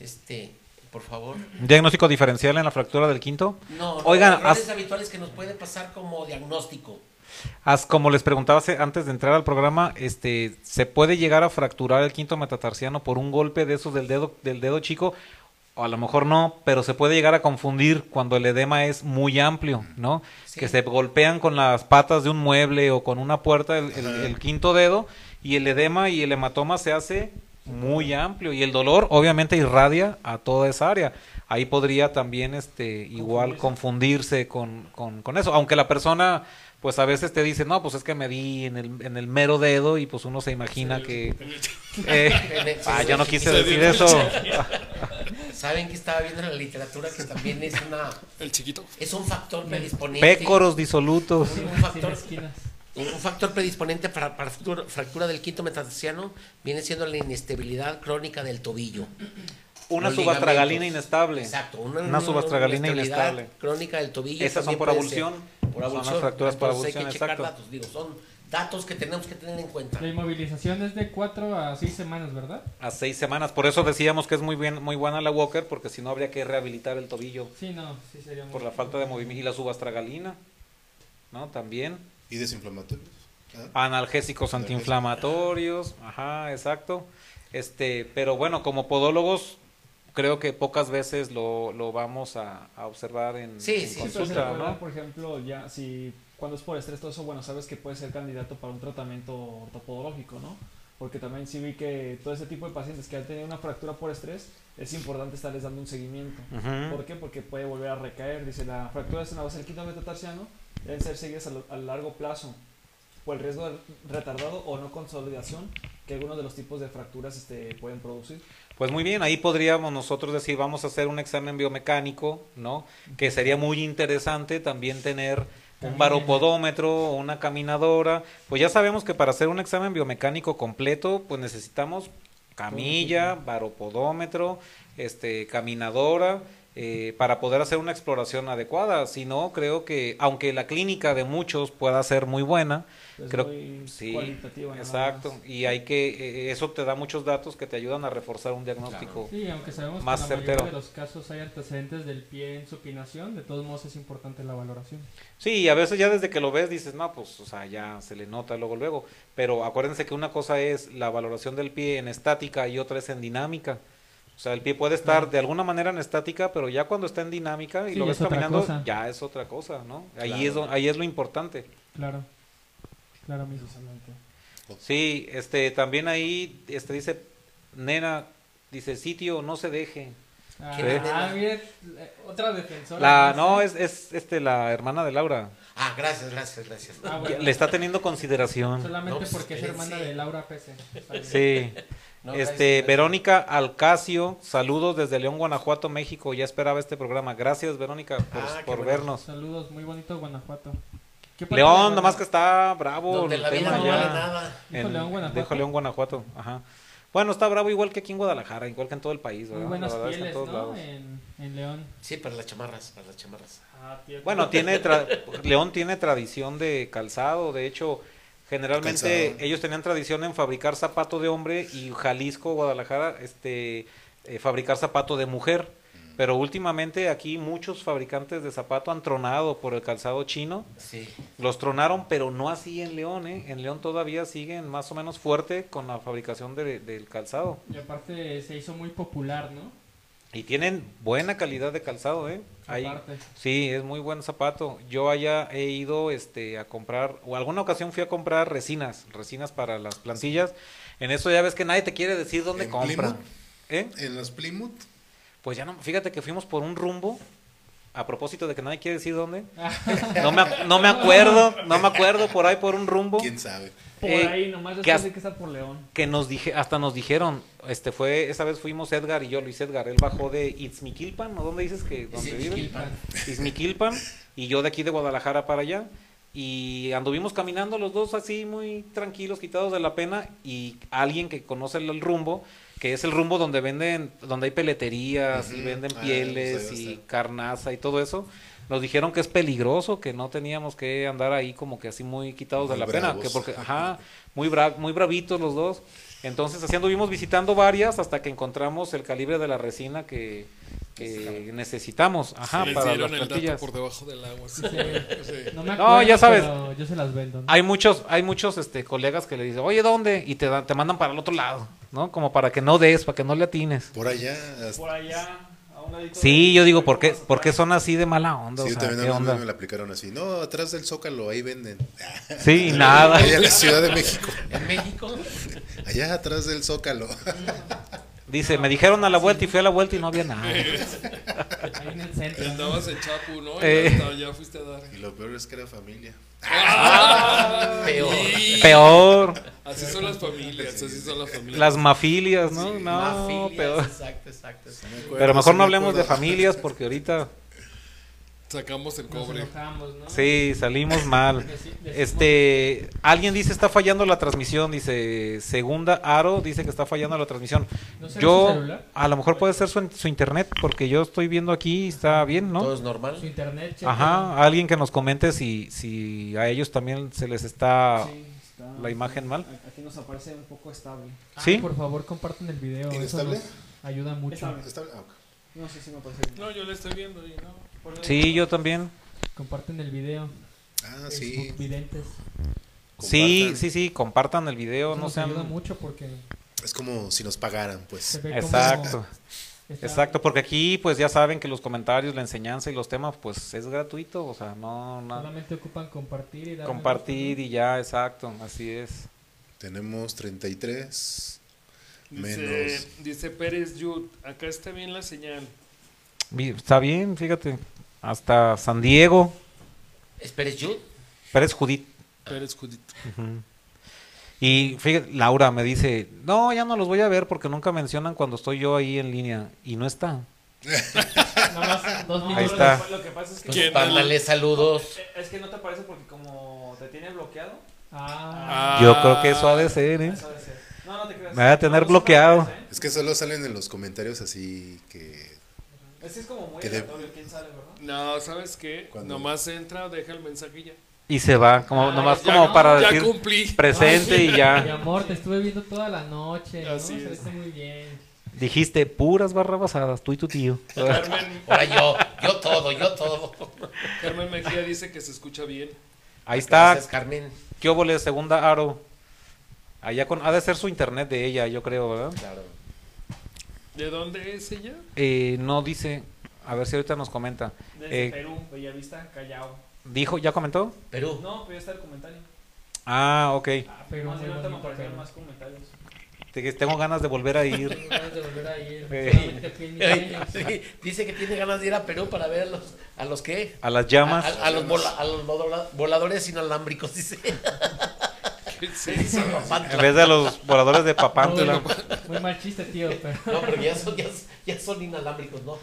S4: este, por favor.
S1: un diagnóstico diferencial en la fractura del quinto.
S4: No, no,
S1: Oigan,
S4: errores
S1: haz-
S4: habituales que nos puede pasar como diagnóstico.
S1: As- como les preguntaba hace- antes de entrar al programa, este, ¿se puede llegar a fracturar el quinto metatarsiano por un golpe de esos del dedo, del dedo chico? O a lo mejor no, pero se puede llegar a confundir cuando el edema es muy amplio, ¿no?
S4: Sí.
S1: Que se golpean con las patas de un mueble o con una puerta el, el-
S5: Ajá.
S1: el quinto dedo y el edema y el hematoma se hace muy amplio y el dolor obviamente irradia a toda esa área. Ahí podría también este igual confundirse con, con, con eso, aunque la persona pues a veces te dice, no, pues es que me di en el, en el mero dedo y pues uno se imagina que... eh, ah, yo no quise decir eso.
S4: Saben que estaba viendo en la literatura que también es una
S6: El chiquito.
S4: es un factor predisponente.
S1: Pécoros disolutos.
S4: Un
S3: Sí,
S4: factor,
S3: las esquinas.
S4: un factor predisponente para, para fractura, fractura del quinto metatarsiano viene siendo la inestabilidad crónica del tobillo.
S1: Una
S4: Los
S1: subastragalina
S4: ligamentos.
S1: inestable.
S4: Exacto,
S1: Una subastragalina
S4: inestabilidad
S1: inestable.
S4: Crónica del tobillo.
S1: Esas son
S4: también
S1: por
S4: puede ser.
S1: abulsión, son
S4: Por
S1: las
S4: abulsión.
S1: fracturas por
S4: Entonces Hay
S1: abulsión,
S4: que checar
S1: exacto.
S4: datos, digo, son datos que tenemos que tener en cuenta.
S3: La inmovilización es de 4 a 6 semanas, ¿verdad?
S1: A seis semanas. Por eso decíamos que es muy bien, muy buena la Walker, porque si no habría que rehabilitar el tobillo
S3: Sí, no, sí sería muy-
S1: por la falta de movimiento. Y la subastragalina, ¿no? También.
S5: Y desinflamatorios. ¿ah?
S1: Analgésicos antiinflamatorios. Ajá, exacto. Este, pero bueno, como podólogos, creo que pocas veces lo, lo vamos a, a observar en,
S4: Sí,
S1: en
S4: sí,
S2: Sí, pero se
S1: consulta,
S2: puede dar,
S1: ¿no?
S2: por ejemplo, ya si cuando es por estrés todo eso, bueno, sabes que puede ser candidato para un tratamiento ortopodológico, ¿no? Porque también sí vi que todo ese tipo de pacientes que han tenido una fractura por estrés, es importante estarles dando un seguimiento.
S1: Ujú.
S2: ¿Por qué? Porque puede volver a recaer. Dice, la fractura es en la base del quinto metatarsiano, deben ser seguidas a, lo- a largo plazo por el riesgo de retardado o no consolidación que algunos de los tipos de fracturas este, pueden producir.
S1: Pues muy bien, ahí podríamos nosotros decir, vamos a hacer un examen biomecánico, ¿no? Que sería muy interesante también ¿eh? tener un varopodómetro, una caminadora. Pues ya sabemos que para hacer un examen biomecánico completo, pues necesitamos camilla, varopodómetro, este, caminadora, eh, para poder hacer una exploración adecuada. Si no, creo que, aunque la clínica de muchos pueda ser muy buena,
S2: Es
S1: creo
S2: muy
S1: sí,
S2: cualitativa, nada
S1: Exacto,
S2: más.
S1: y hay que, eh, eso te da muchos datos que te ayudan a reforzar un diagnóstico.
S3: Sí, aunque sabemos
S1: Más
S3: que en la
S1: certero.
S3: mayoría de los casos hay antecedentes del pie en supinación, de todos modos es importante la valoración.
S1: Sí, y a veces ya desde que lo ves dices, no, pues, o sea, ya se le nota luego, luego. Pero acuérdense que una cosa es la valoración del pie en estática y otra es en dinámica. O sea, el pie puede estar de alguna manera en estática, pero ya cuando está en dinámica y
S3: Sí,
S1: lo
S3: ya
S1: ves
S3: es otra
S1: caminando,
S3: cosa.
S1: ya es otra cosa, ¿no? Ahí,
S4: Claro.
S1: es, do- ahí es lo importante.
S3: Claro, claro, amigos.
S1: Sí, este, también ahí, este, dice, nena, dice, sitio, no se deje.
S3: Ah,
S1: ¿Qué?
S3: ah, mira, eh, otra defensora.
S1: La,
S3: Ah, sé.
S1: no, es, es este, la hermana de Laura.
S4: Ah, gracias, gracias, gracias.
S3: Ah, bueno.
S1: Le está teniendo consideración.
S3: Solamente
S4: No, pues,
S3: porque es hermana
S4: espérense.
S3: de Laura Pese. Está bien.
S1: Sí.
S4: No,
S1: este,
S4: gracias, gracias.
S1: Verónica Alcacio, saludos desde León, Guanajuato, México. Ya esperaba este programa. Gracias, Verónica, por,
S4: Ah, qué
S1: por
S4: bueno.
S1: vernos.
S3: Saludos, muy bonito Guanajuato. ¿Qué parte de
S1: León,
S3: Guanajuato?
S1: nomás que está bravo
S4: Donde
S1: el
S4: la vida
S1: tema
S4: no
S1: ya.
S4: vale nada.
S3: Dijo
S1: En-
S3: León, Guanajuato.
S1: dijo León, Guanajuato, ajá. Bueno, está bravo igual que aquí en Guadalajara, igual que en todo el país,
S3: Muy
S1: ¿verdad?
S3: buenas
S1: La verdad, está en
S3: pieles,
S1: todos
S3: ¿no? Eh,
S1: lados.
S3: En, en León.
S4: Sí, para las chamarras, para las chamarras.
S6: Ah,
S1: Bueno, tiene tra- León tiene tradición de calzado, de hecho, generalmente
S5: Calzado.
S1: ellos tenían tradición en fabricar zapato de hombre y Jalisco, Guadalajara, este, eh, fabricar zapato de mujer. Pero últimamente aquí muchos fabricantes de zapato han tronado por el calzado chino.
S4: Sí.
S1: Los tronaron, pero no así en León, ¿eh? En León todavía siguen más o menos fuerte con la fabricación de- del calzado.
S3: Y aparte se hizo muy popular, ¿no?
S1: Y tienen buena calidad de calzado, ¿eh? Hay-
S3: Aparte.
S1: Sí, es muy buen zapato. Yo allá he ido este, a comprar, o alguna ocasión fui a comprar resinas, resinas para las plantillas. En eso ya ves que nadie te quiere decir dónde
S5: ¿En
S1: compra.
S5: Plymouth?
S1: ¿Eh?
S5: En las Plymouth,
S1: Pues ya no, fíjate que fuimos por un rumbo, a propósito de que nadie quiere decir dónde. No me, ac- no me acuerdo, no me acuerdo por ahí por un rumbo.
S5: quién sabe.
S2: Por
S1: Eh,
S2: ahí, nomás
S1: ¿qué
S2: después
S1: has-
S2: de que está por León.
S1: que nos dije, hasta nos dijeron, este fue, esa vez fuimos Edgar y yo, Luis Edgar, él bajó de Itzmiquilpan, ¿o dónde dices que donde vive? Itzmiquilpan, y yo de aquí de Guadalajara para allá, y anduvimos caminando los dos así muy tranquilos, quitados de la pena, y alguien que conoce el, el rumbo, que es el rumbo donde venden, donde hay peleterías, y
S5: Ujú.
S1: venden
S5: Ah,
S1: pieles,
S5: no sé, no
S1: y
S5: sé.
S1: carnaza, y todo eso, nos dijeron que es peligroso, que no teníamos que andar ahí como que así muy quitados de
S5: Muy
S1: la pena,
S5: bravos.
S1: que porque, ajá, muy, bra- muy bravitos los dos. Entonces, así anduvimos visitando varias hasta que encontramos el calibre de la resina que, que necesitamos, ajá,
S6: Les
S1: para las
S6: dieron el dato
S1: plantillas.
S6: por debajo del agua. sí.
S3: No me
S1: No, ya sabes. Ah.
S3: pero yo se las vendo. ¿no?
S1: Hay muchos, hay muchos este, colegas que le dicen, oye, ¿dónde? Y te, dan- te mandan para el otro lado, ¿no? Como para que no des, para que no le atines.
S5: Por allá, hasta-
S2: Por allá, a un ladito
S1: Sí,
S2: de-
S1: yo digo, ¿por qué,
S2: Mazatlán.
S1: por qué son así de mala onda?
S5: Sí,
S1: O sea,
S5: yo también
S1: ¿qué
S5: a mí
S1: onda?
S5: me la aplicaron así. No, atrás del Zócalo, ahí venden.
S1: Sí, nada.
S5: Allá en la Ciudad de México.
S4: En México,
S5: Allá atrás del Zócalo.
S1: Dice, me dijeron a la vuelta y fui a la vuelta y no había nada.
S3: Ahí en el centro.
S6: Andabas en Chapu, ¿no? Y
S1: Eh.
S6: hasta ya fuiste a dar.
S5: Y lo peor es que era familia.
S4: peor.
S6: Y-
S1: Ah, Peor.
S6: Así son las familias, así son las familias.
S1: Las mafilias, ¿no?
S5: Sí,
S1: no,
S4: Mafilias,
S1: peor.
S4: Exacto, exacto. exacto.
S5: Me acuerdo,
S1: Pero mejor
S5: sí
S1: no
S5: me
S1: hablemos de
S5: acuerdo.
S1: familias porque ahorita
S6: Sacamos el
S3: Nos
S6: cobre.
S3: enojamos, ¿no?
S1: sí salimos mal.
S3: Deci- decimos-
S1: Este, alguien dice está fallando la transmisión, dice Segunda Aro dice que está fallando la transmisión.
S3: ¿No será su
S1: Yo
S3: celular?
S1: a lo mejor puede ser su, su internet porque yo estoy viendo aquí está bien,
S4: Todo
S1: ¿no?
S4: es
S3: Su
S4: normal.
S3: internet, checa.
S1: Ajá, alguien que nos comente si si a ellos también se les está
S2: Sí, está-
S1: Ah, la imagen mal.
S2: Aquí nos aparece un poco estable.
S3: Ah,
S1: Sí.
S3: Por favor, compartan el video. Eso
S5: ¿Inestable?
S3: nos ayuda mucho.
S2: Estable.
S5: Está- ah, ok.
S2: No sé si me aparece bien.
S6: No, yo le estoy viendo y no.
S2: Por ahí.
S1: Sí, yo también.
S3: Comparten el video.
S5: Ah,
S3: Facebook
S5: sí.
S3: Videntes.
S1: Sí,
S5: Compartan.
S1: sí, sí, compartan el video,
S3: Eso
S1: no
S3: nos
S1: sean
S3: ayuda mucho porque
S5: Es como si nos pagaran,
S3: se
S5: pues.
S3: ve cómo
S1: Exacto.
S3: está-
S1: Exacto, porque aquí pues ya saben que los comentarios, la enseñanza y los temas pues es gratuito, o sea, no, no
S3: Solamente ocupan compartir y dar
S1: compartir y ya, exacto, así es.
S5: Tenemos 33.
S6: Dice,
S5: Menos.
S6: dice Pérez Yud, acá está bien la señal.
S1: Vi- Está bien, fíjate, hasta San Diego,
S4: ¿Esperes Jude?
S1: Pérez Judit.
S6: Pérez Judito.
S1: ujú. Y fíjate, Laura me dice, no, ya no los voy a ver porque nunca mencionan cuando estoy yo ahí en línea y no está.
S2: Nada más dos
S1: Ahí
S2: minutos
S1: está.
S2: después, Lo que pasa es que.
S4: Entonces,
S6: ¿Quién?
S4: mándale pues, saludos.
S2: Eh, Es que no te aparece porque como te tiene bloqueado.
S3: Ah,
S1: Yo creo que eso ha de ser, ¿eh?
S2: eso debe ser. No, no te creas.
S1: Me va a tener
S2: No, no
S1: bloqueado.
S2: se me aparece, ¿eh?
S5: Es que solo salen en los comentarios así que...
S2: Es que es como muy
S5: Que de-
S2: aleatorio, quién sabe, ¿verdad?
S6: No, ¿sabes qué?
S5: ¿Cuándo?
S6: Nomás entra, deja el mensaje y ya.
S1: Y se va, como
S2: Ay,
S1: nomás
S6: Ah, Ya-
S1: como para
S6: ya
S1: decir
S6: cumplí.
S1: presente y
S3: mi
S1: ya.
S3: amor, te estuve viendo toda la noche. ¿no?
S6: Así
S3: Se
S6: es.
S3: viste muy bien.
S1: Dijiste puras barrabasadas, tú y tu tío.
S6: Carmen,
S4: Ahora yo, yo todo, yo todo.
S6: Carmen Mejía dice que se escucha bien.
S1: Ahí está,
S4: Gracias, Carmen.
S1: ¿Qué óvole, segunda aro? Allá con, ha de ser su internet de ella, yo creo, ¿verdad?
S4: Claro.
S6: ¿De dónde es ella?
S1: Eh, no dice, a ver si ahorita nos comenta.
S2: Desde
S1: Eh,
S2: Perú, Bellavista, Callao.
S1: ¿Dijo, ya comentó?
S4: Perú.
S2: No, pero ya está el comentario.
S1: Ah, ok.
S2: Ah,
S3: pero
S2: más
S3: muy
S2: adelante me
S3: bonito,
S2: aparecieron
S3: pero-
S2: más comentarios.
S1: Te- Tengo ganas de volver a ir.
S3: Tengo ganas de volver a ir,
S1: Eh.
S3: solamente fui en mis
S4: Ay,
S3: sueños.
S4: sí, dice que tiene ganas de ir a Perú para ver a los, a los qué.
S1: A las
S4: A,
S1: llamas.
S4: a- a los, vola- a los vola- voladores inalámbricos, dice.
S6: ¿Qué es
S4: Se
S6: eso?
S4: dice Papantla.
S1: En vez de los voladores de
S3: Muy,
S1: Papántula.
S3: muy mal chiste, tío, pero
S4: No, pero ya son, ya, ya son inalámbricos, ¿no?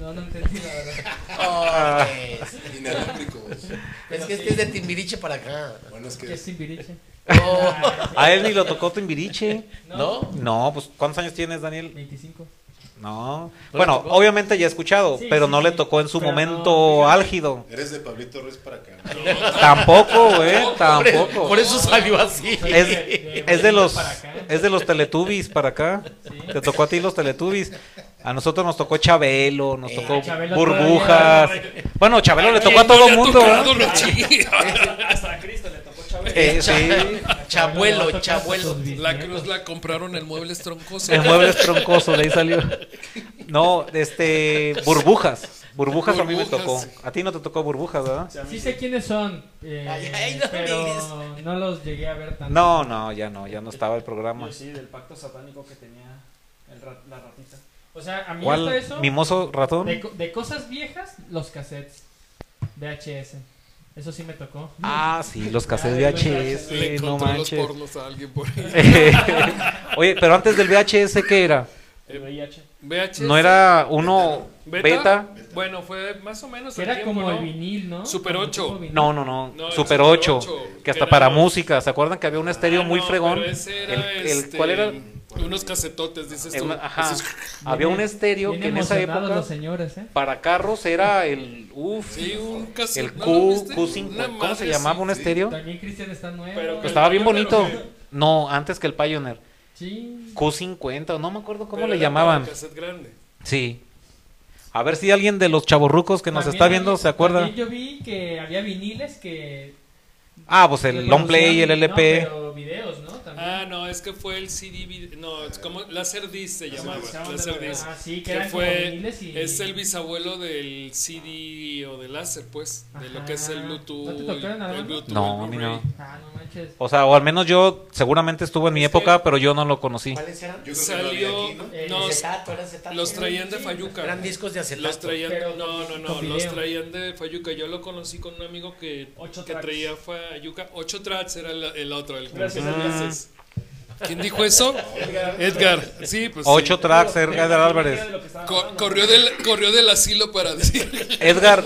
S3: no, no entendí la verdad.
S4: Oh, es,
S5: Inalámbrico.
S4: es que este es de Timbiriche para acá.
S5: Bueno, es
S3: ¿Qué
S5: que...
S3: es Timbiriche?
S6: Ah,
S3: Ah,
S4: No,
S1: A él ni lo tocó Timbiriche.
S4: ¿no?
S1: No, pues ¿cuántos años tienes, Daniel?
S3: 25.
S1: No.
S4: ¿No
S1: Bueno,
S4: le tocó?
S1: obviamente ya he escuchado,
S3: Pues Sí,
S1: pero
S3: sí,
S1: no le
S3: sí.
S1: tocó en su
S3: Pero no,
S1: momento
S3: fíjate.
S1: álgido.
S5: Eres de Pablito Ruiz para acá.
S1: Tampoco, ¿eh?
S4: Pues, Por,
S1: Tampoco.
S4: por eso salió así.
S1: Es, es de los es de los Teletubbies para acá.
S3: Sí.
S1: Te tocó a ti los Teletubbies. A nosotros nos tocó Chabelo, nos
S4: Eh,
S1: tocó
S3: Chabelo
S1: Burbujas. Bueno, Chabelo le tocó a todo el mundo. ¿eh? ¿verdad?
S2: Hasta a Cristo le tocó Chávez.
S1: Eh, sí.
S4: Chabuelo, chabuelo.
S6: La cruz la compraron en Muebles Troncosos.
S1: El mueble es troncoso, de ahí salió. No, este, burbujas. Burbujas a mí me tocó.
S6: Burbujas.
S1: A ti no te tocó burbujas, ¿verdad?
S3: Sí sé quiénes son, eh,
S4: Ay, ay, no
S3: pero
S4: mires.
S3: no los llegué a ver tanto.
S1: No, no, ya no, ya no estaba el programa.
S2: Yo sí, del pacto satánico que tenía el rat- la ratita.
S3: O sea, a mí hasta
S1: ¿Cuál?
S3: eso,
S1: ¿Mimoso
S3: de,
S1: ratón?
S3: co- de cosas viejas, los cassettes. VHS. Eso sí me tocó.
S1: Ah, sí, los cassettes
S3: Ay, los
S6: Le
S1: VHS, Eh, no
S6: encontró los
S1: manches.
S6: pornos a alguien por ahí.
S1: Oye, pero antes del VHS, ¿qué era?
S2: El VIH.
S6: VHS.
S1: ¿No era uno
S6: ¿Beta?
S1: beta?
S6: Bueno, fue más o menos. el
S3: Era
S6: tiempo,
S3: como
S6: ¿no?
S3: el vinil, ¿no?
S6: Super
S3: Como
S6: ocho.
S3: tipo vinil.
S1: No, no, no.
S6: No, el
S1: Super
S6: Super
S1: 8.
S6: ocho,
S1: Que
S6: que
S1: hasta
S6: era-
S1: para música. ¿Se acuerdan que había un estéreo
S6: Ah,
S1: muy
S6: no,
S1: fregón?
S6: pero ese era,
S1: El- el-
S6: este,
S1: ¿Cuál era?
S6: Unos casetotes, dices
S1: El-
S6: tú.
S1: ajá.
S6: Esos-
S1: Había un
S3: Bien-
S1: estéreo
S3: bien
S1: que en esa
S3: emocionados
S1: época
S3: los señores, ¿eh?
S1: para carros era el uf,
S6: Sí, un cassette.
S1: el
S6: ¿no
S1: Q,
S6: lo viste? Una
S1: Q5. ¿Cómo
S6: madre
S1: se llamaba un
S6: así.
S1: estéreo?
S3: También Cristian está nuevo.
S6: Pero
S1: Que
S6: pues-
S1: estaba bien
S6: Pioneer, ¿o
S1: bonito.
S6: qué?
S1: No, antes que el Pioneer.
S3: Sí.
S1: Q50, no me acuerdo cómo
S6: Pero
S1: le
S6: era
S1: llamaban.
S6: para cassette grande.
S1: Sí. A ver si alguien de los chavorrucos que nos
S3: También
S1: está viendo
S3: había-
S1: se acuerda.
S3: también Yo vi que había viniles que
S1: Ah, pues el long play, el LP.
S3: No, pero videos, ¿no? También.
S6: Ah, no, es que fue el CD. vid- No, es como Laserdisc se llamaba.
S3: Estaban de-
S6: Laserdisc.
S3: Ah, sí, que
S6: pues, Que
S3: eran como
S6: fue.
S3: viniles y-
S6: Es el bisabuelo del CD o del láser, pues. De lo que es el
S3: Ajá.
S6: Bluetooth.
S3: ¿No te tocaron nada
S6: el
S3: más?
S6: Bluetooth,
S1: No,
S6: el
S1: a mí
S6: Blu-ray.
S1: no.
S3: Ah, no manches.
S1: O sea, o al menos yo seguramente estuvo en mi
S6: Es que-
S1: época, pero yo no lo conocí.
S4: ¿Cuáles eran?
S5: Yo creo que no había
S6: Salió.
S5: aquí, ¿no?
S3: Eh,
S6: no,
S4: Acetato, era acetato.
S6: los traían de
S3: Sí,
S6: Fayuca.
S4: Eran discos de acetato.
S6: Los traían.
S3: Pero
S6: no, no,
S3: con
S6: no.
S3: video.
S6: Los traían de Fayuca. Yo lo conocí con un amigo que,
S2: Ocho
S6: que
S2: tracks.
S6: traía Fayuca. Ocho tracks era el, el otro. El que
S2: Gracias,
S6: hacía
S1: Edgar.
S6: láseres. ¿Quién dijo eso? Edgar. Sí, pues. sí.
S1: Ocho tracks, Edgar
S2: De
S1: Álvarez.
S2: lo que estaba
S6: Co-
S2: hablando.
S6: corrió, del, corrió del asilo para decir.
S1: Edgar,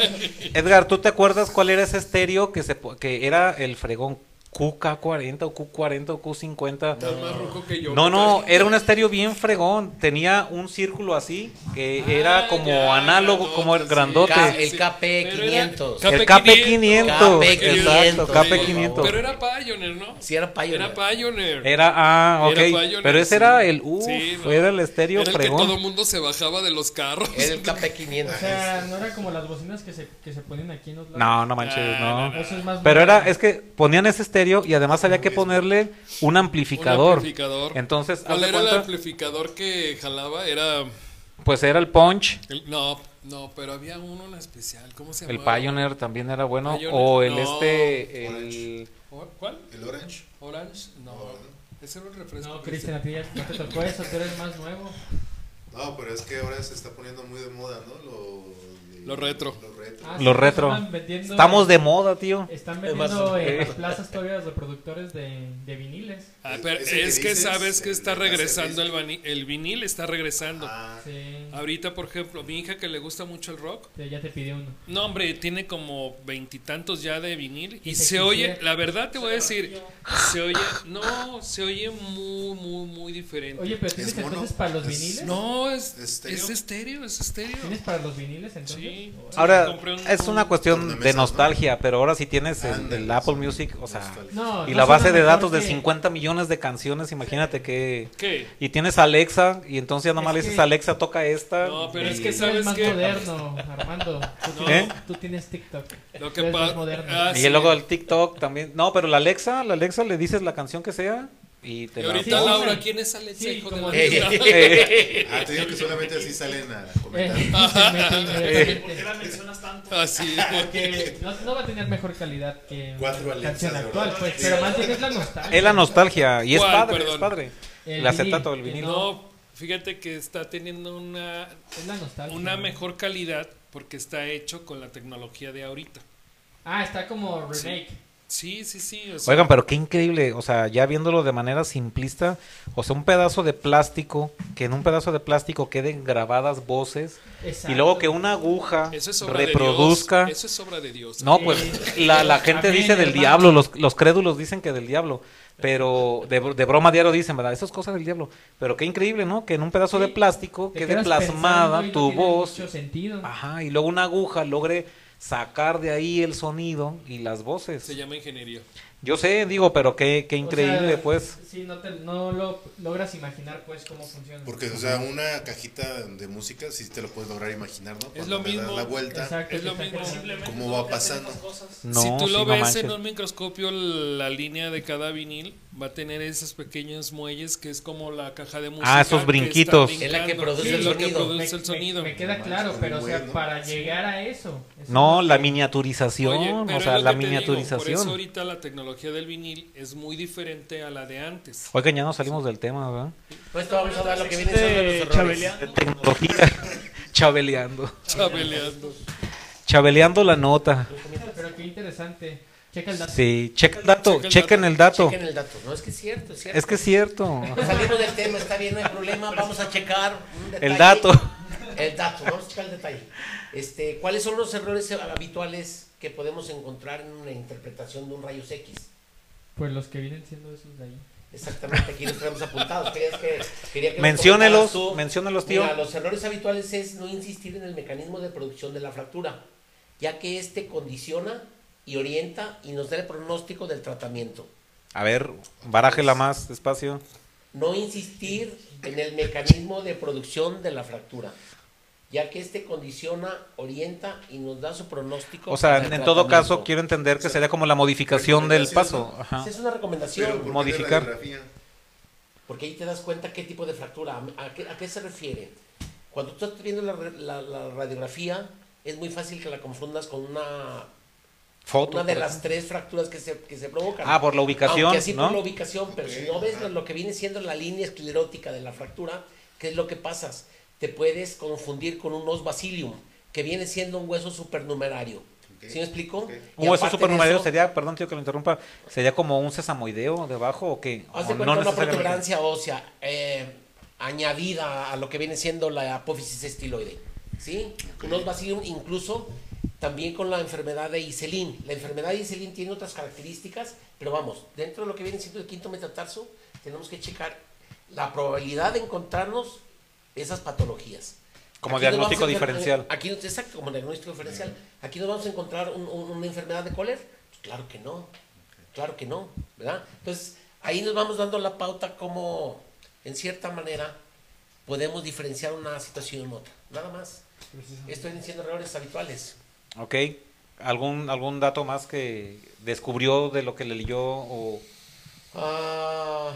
S1: Edgar, ¿tú te acuerdas cuál era ese estéreo que, se, po- que era el fregón QK40 o Q40 o Q50?
S6: Estás más ruco que yo.
S1: No, no, era un estéreo bien fregón. Tenía un círculo así, que eh, era como
S6: Ah, ya,
S1: análogo,
S6: grandote,
S1: como el
S6: sí. eh,
S1: grandote.
S4: Ca-
S6: Sí,
S4: el
S6: sí.
S4: KP500.
S6: Pero
S1: El
S6: era-
S1: KP500.
S4: KP500,
S1: Exacto,
S4: KP500.
S1: KP500.
S6: Pero era Pioneer, ¿no?
S4: Si era Pioneer.
S6: Era Pioneer.
S1: Era, ah, ok.
S6: Era Pioneer,
S1: Pero ese
S6: sí.
S1: era el, uff,
S6: Sí, no.
S1: era el estéreo
S6: Era el que todo
S1: fregón.
S6: mundo se bajaba de los carros.
S4: Era el
S3: O
S4: KP500.
S3: sea, no era como las bocinas que se, que se ponen aquí en los lados.
S1: No, no manches,
S6: Ah, no,
S1: no.
S3: Eso es más
S1: Pero
S3: moderno.
S1: era, es que ponían ese estéreo y además había que ponerle un amplificador.
S6: amplificador.
S1: Entonces, haz
S6: ¿Cuál
S1: de
S6: era el
S1: cuenta,
S6: amplificador que jalaba? Era.
S1: pues era el Punch,
S6: el- no, no, pero había uno en especial. ¿Cómo se
S1: el
S6: llamaba?
S1: Pioneer también era bueno,
S6: Pioneer,
S1: o el
S6: no.
S1: este, el...
S5: Orange.
S6: ¿O- ¿Cuál?
S5: El Orange.
S6: ¿Orange? No. Ese era un refresco.
S3: No, Cristian, a ti ya no te tocó eso, tú eres más nuevo.
S5: No, pero es que ahora se está poniendo muy de moda, ¿no? Lo,
S6: Lo retro.
S5: Lo retro.
S3: Ah,
S1: Lo
S3: sí,
S1: retro.
S3: estaban vendiendo-
S1: Estamos de moda, tío.
S3: Están
S4: Además,
S3: vendiendo en
S1: eh.
S3: las plazas todavía los reproductores de, de viniles.
S6: Ah, pero
S5: Ese que
S6: es que
S5: dices,
S6: sabes que
S5: el
S6: está
S5: de láser
S6: regresando el,
S5: disc.
S6: vani- el vinil, está regresando.
S5: Ah,
S3: Sí.
S6: Ahorita, por ejemplo, mi hija que le gusta mucho el rock,
S3: Te- Ya te pidió uno.
S6: No, hombre, tiene como veintitantos ya de vinil y
S3: Dice
S6: se
S3: que
S6: oye,
S3: sí.
S6: la verdad te voy a decir, se oye, no, se oye muy, muy, muy diferente.
S3: Oye, pero ¿tienes
S5: Es mono.
S3: entonces para los
S5: Es-
S3: viniles?
S6: no, es
S5: Estéreo.
S6: es estéreo, es estéreo.
S3: ¿Tienes para los viniles entonces?
S6: Sí.
S1: Ahora,
S6: compré un-
S1: es una
S6: un-
S1: cuestión
S5: tornamesas,
S1: de
S5: ¿no?
S1: nostalgia, pero ahora si tienes el, el
S5: Ándale,
S1: Apple
S5: sí.
S1: Music, o sea,
S5: Nostalgia.
S3: No,
S1: y
S3: no
S1: la
S3: suena
S1: base de
S3: mejor
S1: datos de
S3: que-
S1: 50 millones de canciones, imagínate que...
S6: ¿Qué?
S1: Y tienes Alexa, y entonces ya nomás
S3: Es
S1: le dices,
S3: que-
S1: Alexa, toca esta.
S6: No, pero
S1: y-
S6: es que
S3: Tú eres
S6: sabes
S3: más
S6: que
S3: moderno, Armando. Tú,
S6: No.
S3: tienes, tú tienes TikTok.
S6: lo
S3: Tú
S6: que Ah,
S3: eres más
S6: pasa
S3: moderno.
S1: Y luego el TikTok también. No, pero la Alexa, la Alexa le dices la canción que sea y te
S6: y
S1: la...
S6: ahorita
S3: Sí,
S6: Laura,
S3: sí.
S6: ¿quién es Alexa?
S3: Sí,
S6: hijo de
S3: como-
S6: la
S4: Eh,
S6: chingada?
S5: Ah, te digo que solamente así salen a
S3: Eh,
S5: comentar.
S3: se mete inmediatamente.
S2: ¿Por qué la mencionas tanto?
S6: Así.
S3: Porque no, no va a tener mejor calidad que
S5: Cuatro
S3: la canción
S5: Alexas,
S3: actual,
S5: ¿verdad?
S3: pues,
S5: Sí.
S3: pero mantienes la nostalgia.
S1: Es la nostalgia y es
S6: ¿Cuál?
S1: padre,
S6: Perdón.
S1: es padre.
S3: El
S1: El acetato, el
S3: vinil,
S1: vinil.
S3: que
S6: No, fíjate que está teniendo una
S3: Es la nostalgia.
S6: una mejor calidad porque está hecho con la tecnología de ahorita.
S3: Ah, está como remake.
S6: Sí, sí, sí. o sea,
S1: Oigan, pero qué increíble, o sea, ya viéndolo de manera simplista, o sea, un pedazo de plástico, que en un pedazo de plástico queden grabadas voces
S3: Exacto.
S1: y luego que una aguja
S6: Eso es obra de
S1: reproduzca.
S6: Dios. Eso es obra de Dios.
S1: No, pues la, la gente
S3: Amén,
S1: dice del
S3: hermano.
S1: diablo, los, los crédulos dicen que del diablo, pero de, br- de broma diario dicen, ¿verdad? Eso es cosa del diablo. Pero qué increíble, ¿no? Que en un pedazo de
S3: Sí.
S1: plástico
S3: Te
S1: quede
S3: quedas
S1: plasmada
S3: pensando y no
S1: tu
S3: tiene
S1: voz.
S3: Mucho sentido.
S1: Ajá, y luego una aguja logre sacar de ahí el sonido y las voces.
S6: Se llama ingeniería.
S1: Yo sé, digo, pero qué, qué increíble,
S3: O sea,
S1: pues.
S3: Sí, no, te, no lo logras imaginar, pues, cómo funciona.
S5: Porque, o sea, una cajita de música, si te lo puedes lograr imaginar, ¿no? Cuando
S6: lo
S5: le das
S6: mismo.
S5: la vuelta.
S3: Exacto,
S6: es lo
S3: que está como-
S6: mismo.
S5: ¿Cómo va pasando?
S1: No,
S6: si tú
S1: sí,
S6: lo
S1: no
S6: ves
S1: manches.
S6: en un microscopio, la línea de cada vinil va a tener esos pequeños muelles que es como la caja de música.
S1: Ah, esos
S6: que
S1: brinquitos.
S6: está
S4: Es la que
S6: brincando.
S4: produce
S6: Sí,
S4: el
S6: es lo que
S4: sonido.
S6: produce
S3: Me-
S6: el sonido.
S3: Me, me queda claro,
S5: manches,
S3: pero o sea,
S5: bueno.
S3: para llegar a eso. eso
S1: No,
S3: es
S1: la
S3: que-
S6: Oye,
S1: miniaturización,
S6: pero
S1: o
S6: es
S1: sea, la
S6: lo que te digo, por eso
S1: miniaturización.
S6: ahorita la tecnología del vinil es muy diferente a la de antes.
S1: Oigan, ya no salimos del tema, ¿verdad?
S4: Pues vamos a hablar lo que viene
S6: este
S2: Eh,
S4: siendo los errores.
S2: Chabeleando.
S1: Tecnología, chabeleando.
S6: Chabeleando.
S1: Chabeleando la nota.
S3: Pero qué interesante. Checa el dato.
S1: Sí, checa el dato,
S6: Checa el
S1: chequen
S6: dato.
S1: el dato.
S4: Chequen el dato. No, es que es cierto, es cierto.
S1: Es que es cierto.
S4: Salimos del tema, está bien, no hay problema. Vamos a checar un detalle.
S1: El dato.
S4: El dato, vamos a checar el detalle. Este, ¿Cuáles son los errores habituales que podemos encontrar en una interpretación de un rayos X?
S3: Pues los que vienen siendo esos de ahí.
S4: Exactamente, aquí los tenemos apuntados. Querías que, quería que los
S1: Menciónelos,
S4: comentaras tú.
S1: menciónelos, tío.
S4: Mira, los errores habituales es no insistir en el mecanismo de producción de la fractura, ya que este condiciona y orienta y nos da el pronóstico del tratamiento.
S1: A ver, barájela más despacio.
S4: No insistir en el mecanismo de producción de la fractura, ya que este condiciona, orienta y nos da su pronóstico.
S1: O sea,
S4: para el
S1: en todo caso,
S4: tratamiento.
S1: quiero entender que
S5: O sea,
S1: sería como la modificación del
S5: recomendación,
S1: paso. Ajá.
S4: Esa es una recomendación,
S5: ¿por qué
S1: Modificar.
S5: la radiografía?
S4: porque ahí te das cuenta qué tipo de fractura, a, a qué, a qué se refiere. Cuando tú estás viendo la, re- la- la radiografía, es muy fácil que la confundas con una,
S1: Foto,
S4: una de
S1: por
S4: las
S1: ejemplo.
S4: tres fracturas que se, que se provocan.
S1: Ah, por la ubicación,
S4: Aunque así
S1: ¿no?
S4: por la ubicación, pero si
S5: Ok,
S4: no ves
S5: ajá.
S4: lo que viene siendo la línea esclerótica de la fractura, ¿qué es lo que pasas? Te puedes confundir con un os basilium, que viene siendo un hueso supernumerario.
S5: Ok,
S4: ¿Sí me explico?
S5: ok.
S4: Y
S1: Un hueso
S4: aparte de
S1: supernumerario
S4: eso,
S1: sería, perdón tío que lo interrumpa, sería como un sesamoideo debajo o qué?
S4: haz
S1: O
S4: de cuenta una
S1: necesariamente.
S4: protuberancia ósea eh, añadida a lo que viene siendo la apófisis estiloide. ¿Sí? Un os basilium incluso también con la enfermedad de Iselin. La enfermedad de Iselin tiene otras características, pero vamos, dentro de lo que viene siendo el quinto metatarso, tenemos que checar la probabilidad de encontrarnos esas patologías.
S1: Como
S4: nos vamos
S1: diagnóstico
S4: a enfer-
S1: diferencial.
S4: Aquí, nos- exacto, como diagnóstico diferencial. Aquí nos vamos a encontrar un- un- una enfermedad de cólera. Pues claro que no. Claro que no, ¿verdad? Entonces, ahí nos vamos dando la pauta como, en cierta manera, podemos diferenciar una situación en otra. Nada más. Estoy diciendo errores habituales.
S1: Ok. ¿Algún, ¿Algún dato más que descubrió de lo que le leyó o
S4: Ah,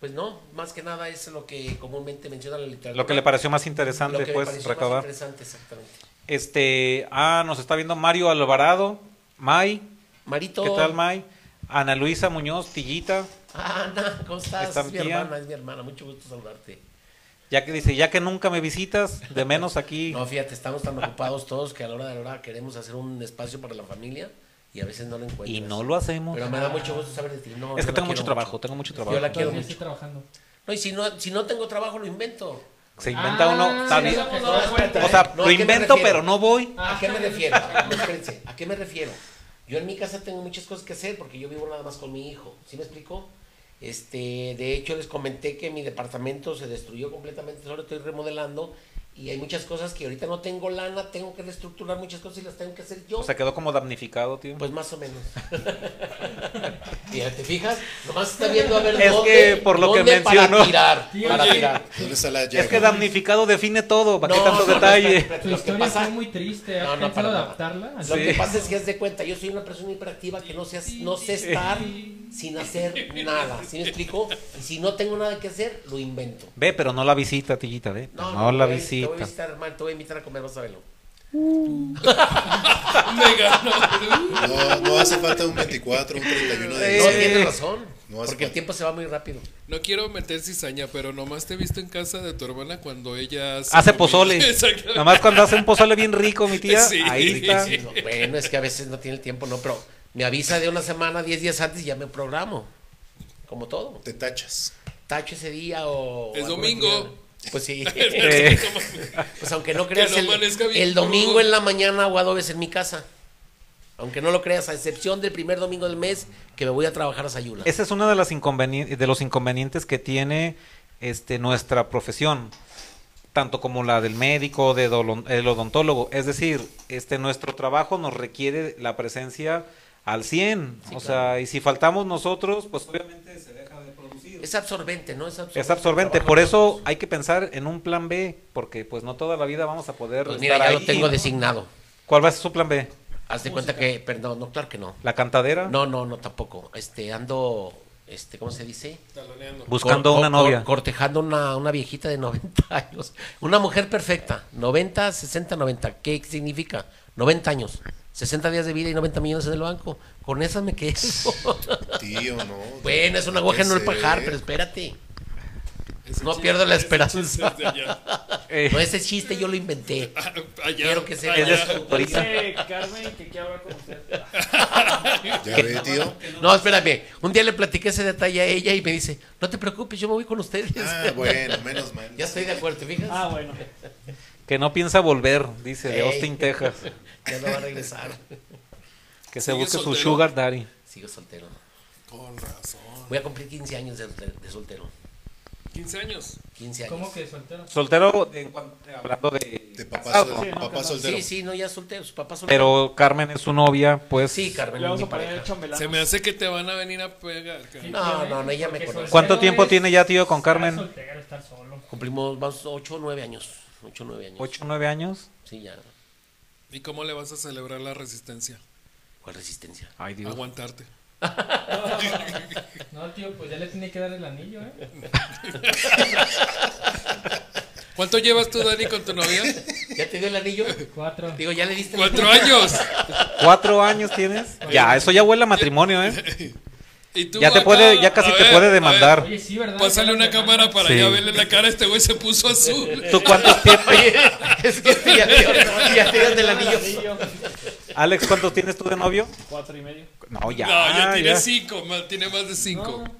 S4: pues no, más que nada es lo que comúnmente menciona la literatura.
S1: lo que le pareció más
S4: Lo
S1: interesante
S4: que me
S1: pues
S4: pareció más
S1: recabar?
S4: interesante, exactamente.
S1: Este, ah, nos está viendo Mario Alvarado, May,
S4: Marito.
S1: ¿qué tal May? Ana Luisa Muñoz, Tillita,
S4: Ana, ¿cómo estás?
S1: Está
S4: es mi
S1: tía.
S4: hermana, es mi hermana. Mucho gusto saludarte.
S1: ya que dice, ya que nunca me visitas, de menos aquí.
S4: No, fíjate, estamos tan ocupados todos que a la hora de la hora queremos hacer un espacio para la familia y a veces no lo encuentras.
S1: y no lo hacemos.
S4: pues, Pero me da mucho gusto saber de ti.
S1: es que
S4: No, yo la
S1: tengo
S4: quiero
S1: mucho trabajo, tengo mucho trabajo.
S4: Yo la quiero
S3: Todavía
S4: mucho.
S3: estoy trabajando.
S4: No, y si no, si no tengo trabajo, lo invento.
S1: Se inventa
S3: Ah,
S1: uno,
S3: sí,
S1: también-
S3: eso me
S4: No,
S3: doy cuenta,
S1: o
S3: ¿eh?
S1: sea,
S4: No,
S1: lo
S4: ¿a qué me
S1: invento,
S4: refiero?
S1: pero no voy.
S4: ¿A qué me refiero? Espérense, ¿a qué me refiero? Yo en mi casa tengo muchas cosas que hacer porque yo vivo nada más con mi hijo. ¿Sí me explico? Este, de hecho les comenté que mi departamento se destruyó completamente, ahora estoy remodelando y hay muchas cosas que ahorita no tengo lana, tengo que reestructurar muchas cosas y las tengo que hacer yo.
S1: O sea, quedó como damnificado, tío.
S4: Pues más o menos. Mira, ¿te fijas? Nomás está viendo a ver
S1: Es
S4: dónde,
S1: que por lo que
S4: dónde para
S1: mencionó.
S4: tirar,
S3: Tío,
S4: para
S3: oye.
S4: tirar.
S5: ¿Dónde está la
S1: es que
S5: llaga?
S1: damnificado define todo, ¿para qué
S4: No,
S1: tanto
S4: no, no,
S1: detalle?
S4: espérate, espérate,
S3: Tu
S4: lo que
S3: historia
S4: pasa-
S3: fue muy triste. ¿Has
S4: No, no, para
S3: pensado
S4: nada.
S3: adaptarla?
S4: Lo
S1: Sí.
S4: que pasa es que haz de cuenta, yo soy una persona hiperactiva que no sé, no sé estar sin hacer nada. ¿Sí me explico? Y si no tengo nada que hacer, lo invento.
S1: Ve, pero no la visita, Tillita, ve. No, la
S4: te voy a- Te voy a
S1: visita.
S4: visitar, hermano, te voy a invitar a comer, vas a verlo.
S6: Me ganó.
S5: No, no hace falta un 24, un 31 de
S1: Eh.
S4: No,
S5: diciembre.
S4: tienes razón.
S5: No hace
S4: porque el
S5: falta.
S4: tiempo se va muy rápido.
S6: No quiero meter cizaña, pero nomás te he visto en casa de tu hermana cuando ella
S1: Hace pozole.
S6: Exactamente.
S1: Nomás cuando hace un pozole bien rico, mi tía,
S6: Sí.
S1: ahí está.
S4: No, bueno, es que a veces no tiene el tiempo, no, pero me avisa de una semana, 10 días antes y ya me programo. Como todo.
S5: Te tachas.
S4: Tacho ese día o.
S6: Es
S4: o
S6: domingo.
S4: alguna- Pues sí.
S1: Eh,
S4: Pues aunque no
S6: Que
S4: creas,
S6: no
S4: el,
S6: amanezca bien
S4: el domingo
S6: crudo.
S4: en la mañana hago adobes en mi casa. Aunque no lo creas, a excepción del primer domingo del mes que me voy a trabajar a Sayula.
S1: Ese es uno de, las inconveni- de los inconvenientes que tiene este, nuestra profesión, tanto como la del médico, del odontólogo. Es decir, este, nuestro trabajo nos requiere la presencia al 100.
S4: Sí,
S1: o
S4: claro.
S1: sea, y si faltamos nosotros, pues obviamente se deja de producir.
S4: Es absorbente, ¿no? Es absorbente.
S1: Es absorbente,
S4: Trabajo
S1: por
S4: con
S1: eso
S4: nosotros.
S1: hay que pensar en un plan B, porque pues no toda la vida vamos a poder
S4: Pues mira,
S1: estar
S4: ya
S1: ahí.
S4: lo tengo designado.
S1: ¿Cuál va a ser su plan B?
S4: Haz de cuenta que, perdón, no, claro que no.
S1: ¿La cantadera?
S4: No, no, no, tampoco. Este, ando, este, ¿cómo se dice?
S6: Taloneando.
S1: Buscando
S4: Cor-
S1: una
S4: cor-
S1: novia.
S4: Cortejando una, una viejita de 90 años. Una mujer perfecta. 90, 60, 90. ¿Qué significa? 90 años. 60 días de vida y 90 millones en el banco. Con esas me quedé.
S5: Tío, no.
S4: bueno, es una
S5: ¿Qué
S4: aguja en el
S5: sé?
S4: pajar, pero espérate.
S6: Ese
S4: No
S6: chiste-
S4: pierdo la
S6: ese
S4: esperanza.
S6: chiste es de allá.
S1: Eh,
S4: No, ese chiste yo lo inventé.
S6: Ah, allá,
S4: Quiero que se
S6: allá.
S4: vaya.
S1: ahorita.
S2: Dice Carmen que quiere hablar con usted.
S5: Ya ve, tío.
S4: No, espérame. Un día le platiqué ese detalle a ella y me dice, no te preocupes, yo me voy con ustedes.
S5: Ah, bueno, menos mal.
S4: ya estoy de acuerdo, ¿te fijas?
S2: Ah, bueno.
S1: Que no piensa volver, dice, de
S4: Ey.
S1: Austin, Texas.
S4: Ya no va a regresar.
S1: Que se
S6: ¿Sigue
S1: busque su
S6: soltero?
S1: sugar daddy.
S4: Sigo soltero.
S6: Con razón.
S4: Voy a cumplir 15 años de, soltero- de soltero.
S6: 15 años.
S4: 15 años.
S3: ¿Cómo que soltero?
S1: Soltero, en cuan- hablando de,
S5: De papá,
S1: casado,
S5: sol-
S2: no,
S5: papá
S2: capaz.
S5: soltero.
S4: Sí, sí, no, ya soltero. Su papá soltero.
S1: pero Carmen es su novia, pues.
S4: Sí,
S2: Le
S4: Carmen. es
S2: vamos
S4: mi
S2: a poner
S4: pareja.
S2: el chambelán.
S6: Se me hace que te van a venir a pegar. cara.
S4: No, no, no, ella me
S3: Porque
S4: conoce.
S1: ¿Cuánto
S3: soltero
S1: tiempo
S3: es
S1: tiene ya, tío, con
S3: estar
S1: Carmen?
S3: soltero, estar solo.
S4: Cumplimos más 8 o 9 años. 8 o 9 años.
S1: 8 o 9 años.
S4: Sí, ya.
S6: ¿Y cómo le vas a celebrar la resistencia?
S4: ¿Cuál resistencia?
S1: Ay, Dios.
S6: Aguantarte.
S3: No, tío, pues ya le tiene que dar el anillo, ¿eh?
S6: ¿Cuánto llevas tú, Dani, con tu novia?
S4: ¿Ya te dio el anillo?
S3: Cuatro.
S4: Digo, ¿ya le diste el
S6: Cuatro años.
S1: ¿Cuatro años tienes? Ya, eso ya huele a matrimonio, ¿eh?
S6: ¿Y tú
S1: Ya te
S6: acá?
S1: puede, ya casi
S6: A
S1: te
S6: ver,
S1: puede
S6: a ver,
S1: demandar.
S3: Oye, sí, ¿verdad?
S6: Pásale Pues, una cámara para
S1: Sí.
S6: allá, verle la cara. Este güey se puso azul.
S1: ¿Tú cuántos tienes?
S4: Es que sí, ya te dio, ya te dio el del anillo.
S3: pues,
S1: Alex, ¿cuántos tienes tú de novio?
S2: Cuatro y medio.
S1: No, ya.
S6: no, ya tiene
S1: ya.
S6: cinco. ma- Tiene más de cinco.
S3: No,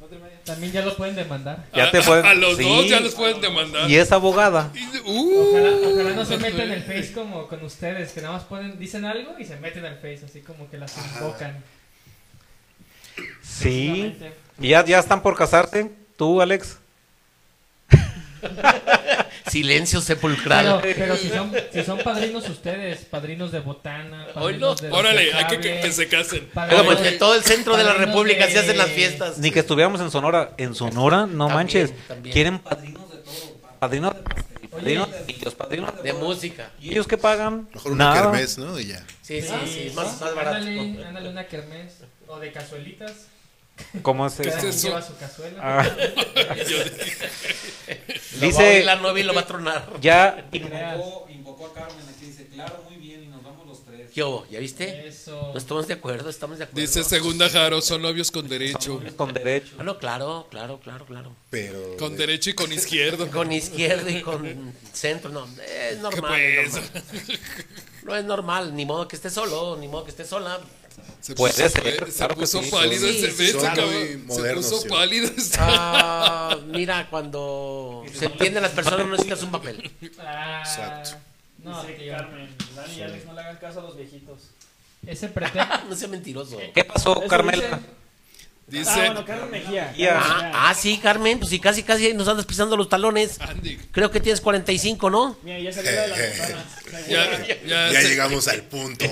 S2: Cuatro y medio.
S3: también ya lo pueden demandar.
S1: Ya
S6: A-
S1: te
S6: a-
S1: pueden-
S6: A, los
S1: sí.
S6: dos ya los pueden demandar.
S1: Y es abogada.
S6: Y- uh,
S3: Ojalá, ojalá no se metan en el Face como con ustedes, que nada más ponen, dicen algo y se meten al Face, así como que las invocan.
S1: Sí.
S3: Precisamente.
S1: ¿Y ya, ya están por casarse? ¿Tú, Alex?
S4: Silencio
S3: Pero,
S4: sepulcral.
S3: pero si, son, si son padrinos ustedes, padrinos de Botana,
S4: Oílo.
S3: padrinos de
S6: Órale, hay que,
S3: Desechable,
S6: que, que se casen.
S3: padrinos
S4: Como entre
S3: de-
S4: todo el centro de la
S3: Padrinos
S4: República
S3: de-
S4: se hacen las fiestas.
S1: Ni que estuviéramos en Sonora. En Sonora, no
S4: También,
S1: manches.
S4: también.
S1: Quieren padrinos de todo. Padrinos de pastel, padrinos de niños, padrinos
S4: De
S1: de...
S4: música.
S1: ¿Y ellos qué pagan?
S5: Mejor un
S1: Nada.
S5: kermés, ¿no? Y ya.
S4: Sí, sí,
S3: Ah,
S4: sí, es
S3: ¿no?
S4: más, más barato.
S3: Ándale, ándale una kermés o de cazuelitas.
S1: ¿Cómo es
S3: Cada
S1: eso?
S6: Este
S3: quien
S6: es
S3: lleva
S6: un-
S3: su cazuela.
S1: Ah,
S6: Yo dije,
S4: Dice... Va a
S1: Dice-
S4: oír la novia y lo va a tronar.
S1: ya...
S3: Invocó-
S1: a Carmen aquí dice, claro, muy bien, y nos vamos los tres.
S4: ¿Qué hubo? ¿Ya viste?
S3: Eso.
S4: No estamos de acuerdo, estamos de acuerdo.
S6: Dice segunda Jaro, son novios con derecho.
S1: Con derecho.
S4: Ah, no, claro, claro, claro, claro.
S5: Pero. eh,
S6: Con derecho y con izquierdo.
S4: Con izquierda y con centro, no. Es
S6: ¿Qué
S4: normal. es
S6: pues?
S4: normal. No es normal, ni modo que esté solo, ni modo que esté sola.
S6: Se
S1: Puede
S6: puso,
S1: ser,
S6: se
S1: claro que
S6: puso
S1: sí.
S6: pálido
S4: Sí,
S6: ese
S4: sí,
S6: ese
S5: son
S6: cabrón.
S5: muy
S6: Se
S5: modernos,
S6: puso
S5: sí.
S6: pálido ese.
S4: Ah, mira, cuando se entienden las personas no necesitas un papel.
S3: Ah,
S5: Exacto.
S3: No,
S2: Dice
S3: tío.
S2: Carmen, Dani y Alex, no le hagan caso a los viejitos.
S3: Ese pretexto.
S4: No sea mentiroso.
S1: ¿Qué pasó,
S2: Eso
S1: Oh, Carmela?
S2: dice- Ah,
S6: Dice
S2: bueno, Carmen Mejía.
S1: Ya.
S2: Carmen Mejía.
S4: Ah, ah, sí, Carmen, pues si casi, casi nos andas pisando los talones.
S6: Andy.
S4: Creo que tienes 45, ¿no?
S2: Mira, ya salió de la ventana.
S6: Ya, ya,
S5: Ya
S6: se-
S5: llegamos al punto.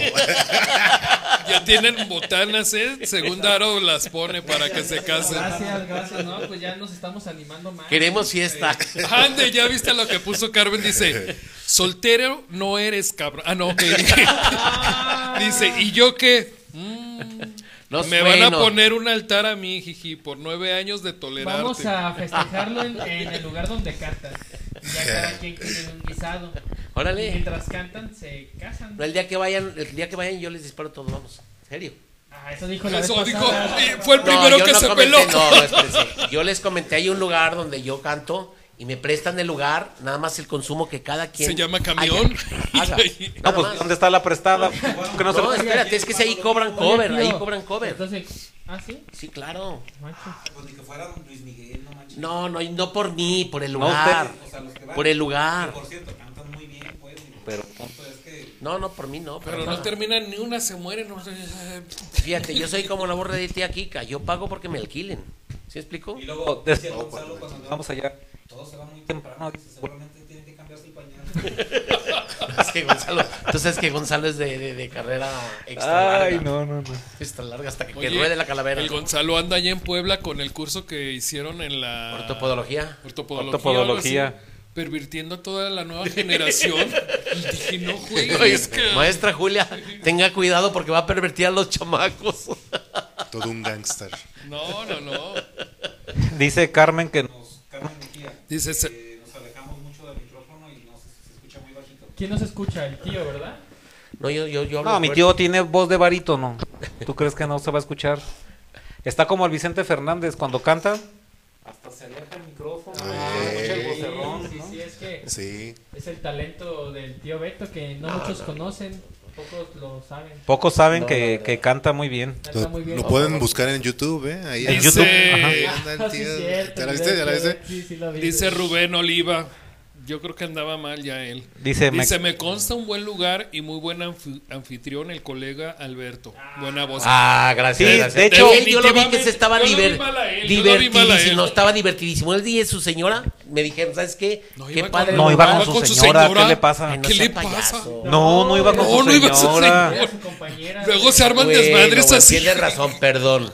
S6: ya tienen botanas, ¿eh? Segunda Jaro las pone para que se casen.
S3: Gracias, gracias, ¿no? Pues ya nos estamos animando más.
S4: Queremos fiesta.
S6: Ande, ya viste lo que puso Carmen. Dice: Soltero no eres cabrón. Ah, no, ok.
S3: Ah.
S6: Dice: ¿Y yo qué? Mm,
S4: Los
S6: me van a
S4: truenos.
S6: poner un altar a mí, jiji, por nueve años de tolerarte.
S3: Vamos a festejarlo en, en el lugar donde cantan. Ya cada quien tiene un guisado. Y
S4: Órale.
S3: mientras cantan, se casan.
S4: No, El día que vayan, el día que vayan yo les disparo todo, vamos. ¿En serio?
S3: Ah, eso dijo la
S6: Eso
S3: vez
S6: dijo,
S3: pasada.
S6: y fue el
S4: No,
S6: primero
S4: yo
S6: que
S4: no
S6: se
S4: comenté,
S6: peló.
S4: no, no, espérense. Yo les comenté, hay un lugar donde yo canto y me prestan el lugar, nada más el consumo que cada quien.
S6: Se llama camión.
S4: haga.
S1: No,
S4: Nada
S1: pues,
S4: más.
S1: ¿dónde está la prestada? Que no
S4: No,
S1: se-
S4: espérate, es que si ahí cobran
S3: Oye,
S4: cover,
S3: tío,
S4: ahí cobran cover.
S3: Entonces, ah, sí.
S4: Sí, claro.
S3: Manches.
S4: No, no, y no por mí, por el
S1: No,
S4: lugar.
S1: ustedes, o sea, los que van.
S4: Por el lugar.
S1: Pero,
S4: No, no, por mí no. por
S6: Pero
S4: nada.
S6: no terminan ni una, se mueren. no sé.
S4: Fíjate, yo soy como la borra de tía Kika, yo pago porque me alquilen. ¿Sí explico?
S1: y luego, decía Gonzalo cuando andábamos allá, todo se va muy temprano, dice, seguramente tienen que cambiarse el pañal.
S4: Es que Gonzalo, tú sabes que Gonzalo es de, de- de carrera extra
S1: Ay,
S4: larga.
S1: no, no, no.
S4: Extra larga hasta que, que
S6: Oye,
S4: ruede la calavera.
S6: El Gonzalo anda allá en Puebla con el curso que hicieron en la
S4: Ortopodología.
S6: ortopodología.
S1: Ortopodología.
S6: algo así, pervirtiendo a toda la nueva generación. Y dije, no juegues.
S4: Oye,
S6: cabrón".
S4: Maestra Julia, tenga cuidado porque va a pervertir a los chamacos.
S5: Todo un gángster.
S6: No, no, no.
S1: Dice Carmen que nos, Carmen Mejía,
S6: Dice, se-
S1: que nos alejamos mucho del micrófono y no se, se escucha muy bajito.
S3: ¿Quién nos escucha? El tío, ¿verdad?
S4: No, yo, yo, yo hablo
S1: No, mi
S4: fuerte.
S1: tío tiene voz de barítono. ¿Tú crees que no se va a escuchar? Está como el Vicente Fernández cuando canta. Hasta se aleja el micrófono.
S5: Ah, escucha
S3: Sí,
S5: el
S3: sí, sí, es que
S5: Sí.
S3: es el talento del tío Beto que
S6: Ah,
S3: no muchos conocen, pocos lo saben.
S1: Pocos saben
S4: No,
S1: que,
S4: no, no.
S1: que canta muy bien.
S3: Está
S5: Lo,
S3: muy bien.
S5: lo pueden buscar en YouTube, ¿eh? Ahí
S1: En
S5: anda-
S1: YouTube.
S5: Ahí
S6: Dice,
S5: anda el
S3: Ah, sí,
S5: tío.
S3: cierto,
S5: ¿Ya la
S3: el
S5: viste? ¿Ya la
S3: Beto,
S5: viste?
S3: Sí, sí, lo vi.
S6: dice Rubén Oliva. Yo creo que andaba mal ya él.
S1: Dice, me-
S6: Dice, me consta un buen lugar y muy buen anfi- anfitrión el colega Alberto. Buena voz.
S4: Ah, gracias.
S1: Sí,
S4: gracias.
S1: de hecho-
S4: Él, yo lo vi que se estaba
S6: Yo lo vi
S4: diver-
S6: mal a él, yo lo vi mal a él.
S4: divertidísimo, estaba divertidísimo. El día de su señora me dijeron, ¿sabes qué?
S6: No,
S4: qué
S6: iba
S4: padre.
S6: con-
S1: no
S4: lugar".
S1: iba con su señora. ¿Qué le pasa?
S4: Ay, no
S6: ¿Qué
S4: sea
S6: le pasa?
S4: payaso.
S1: No, no iba con
S6: No,
S1: su
S6: no iba con su
S1: señora.
S6: señora.
S3: Era su compañera.
S6: Luego se arman
S4: Bueno,
S6: desmadres
S4: bueno,
S6: así.
S4: Tienes razón, perdón.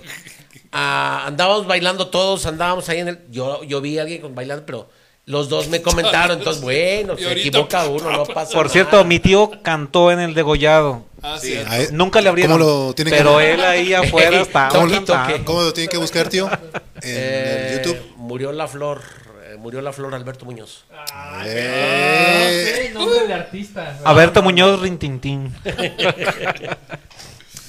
S4: Ah, andábamos bailando todos, andábamos ahí en el. Yo, yo vi a alguien con- bailando, pero Los dos me comentaron, entonces bueno,
S6: Y
S4: se
S6: ahorita, pues,
S4: equivoca uno, no pasa
S1: Por cierto, mi tío cantó en el degollado.
S6: Ah,
S5: Sí,
S6: cierto.
S5: ahí-
S1: Nunca le abrieron.
S5: Eh, ¿Cómo lo tiene que
S1: pero
S5: ver?
S1: él ahí afuera está.
S5: ¿Cómo lo-
S4: Toquito, ¿qué?
S5: ¿Cómo lo tienen que buscar, tío? En
S4: Eh,
S5: el YouTube.
S4: Murió la flor, eh, murió la flor Alberto Muñoz.
S5: Eh,
S3: Sí, nombre de artista.
S1: A Berta Muñoz Rintintín.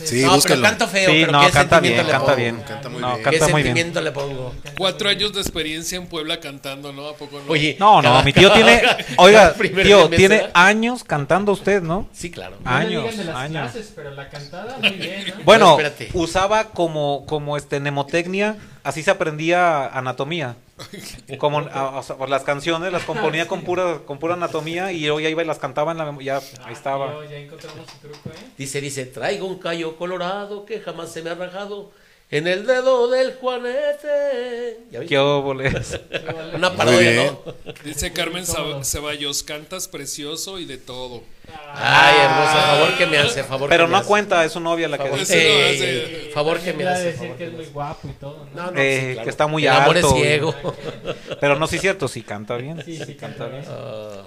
S5: sí,
S4: no, pero
S5: búscalo.
S4: canto feo,
S1: Sí,
S4: pero
S1: no,
S4: ¿qué
S1: canta
S4: sentimiento
S1: bien,
S4: le
S1: canta
S4: pongo?
S1: bien.
S5: Canta muy
S1: No,
S5: bien.
S4: Eh, ¿Qué
S1: canta muy bien.
S4: sentimiento le pongo?
S6: Cuatro años de experiencia en Puebla cantando, ¿no? ¿A poco no?
S4: Oye,
S1: No, no,
S4: cada-
S1: mi tío tiene.
S4: cada-
S1: Oiga,
S4: cada primer
S1: tío,
S4: mes,
S1: tiene
S4: ¿verdad?
S1: años cantando usted, ¿no?
S4: Sí, claro.
S1: Ah.
S3: No le digan de
S1: años,
S3: las
S1: años.
S3: clases, pero la cantada muy bien, ¿eh? ¿no?
S1: Bueno,
S4: No, espérate.
S1: usaba como, como este mnemotecnia, así se aprendía anatomía. Como a- o sea, por las canciones las componía con pura, con pura anatomía y yo ya iba y las cantaba en la mem- ya ahí estaba.
S3: Tío, Ah, ya encontramos su truco, ¿eh?
S4: Dice, dice, traigo un callo colorado que jamás se me ha rajado en el dedo del Juanete. ¿Ya viste?
S1: Qué óboles.
S4: Una parodia,
S5: bien.
S4: ¿no?
S6: Dice Carmen Ceba- Ceballos, cantas precioso y de todo.
S4: Ay, hermosa, favor que me hace, favor
S1: Pero
S4: que me
S1: no
S4: hace.
S1: cuenta, es su novia la que
S4: Favor,
S1: dice
S6: Ese no
S4: Ey,
S6: hace.
S4: favor que me
S3: Iba a
S4: hace.
S3: decir
S4: favor
S3: que es
S4: me
S3: muy
S4: hace.
S3: guapo y todo, ¿no?
S4: No, no,
S1: Eh,
S4: sí, claro.
S1: que está muy
S4: El amor es
S1: alto. y-
S4: ciego.
S1: Pero no, sí es cierto, sí canta bien.
S3: Sí, sí,
S1: canta
S3: canta
S1: bien.
S3: bien.
S4: Ah,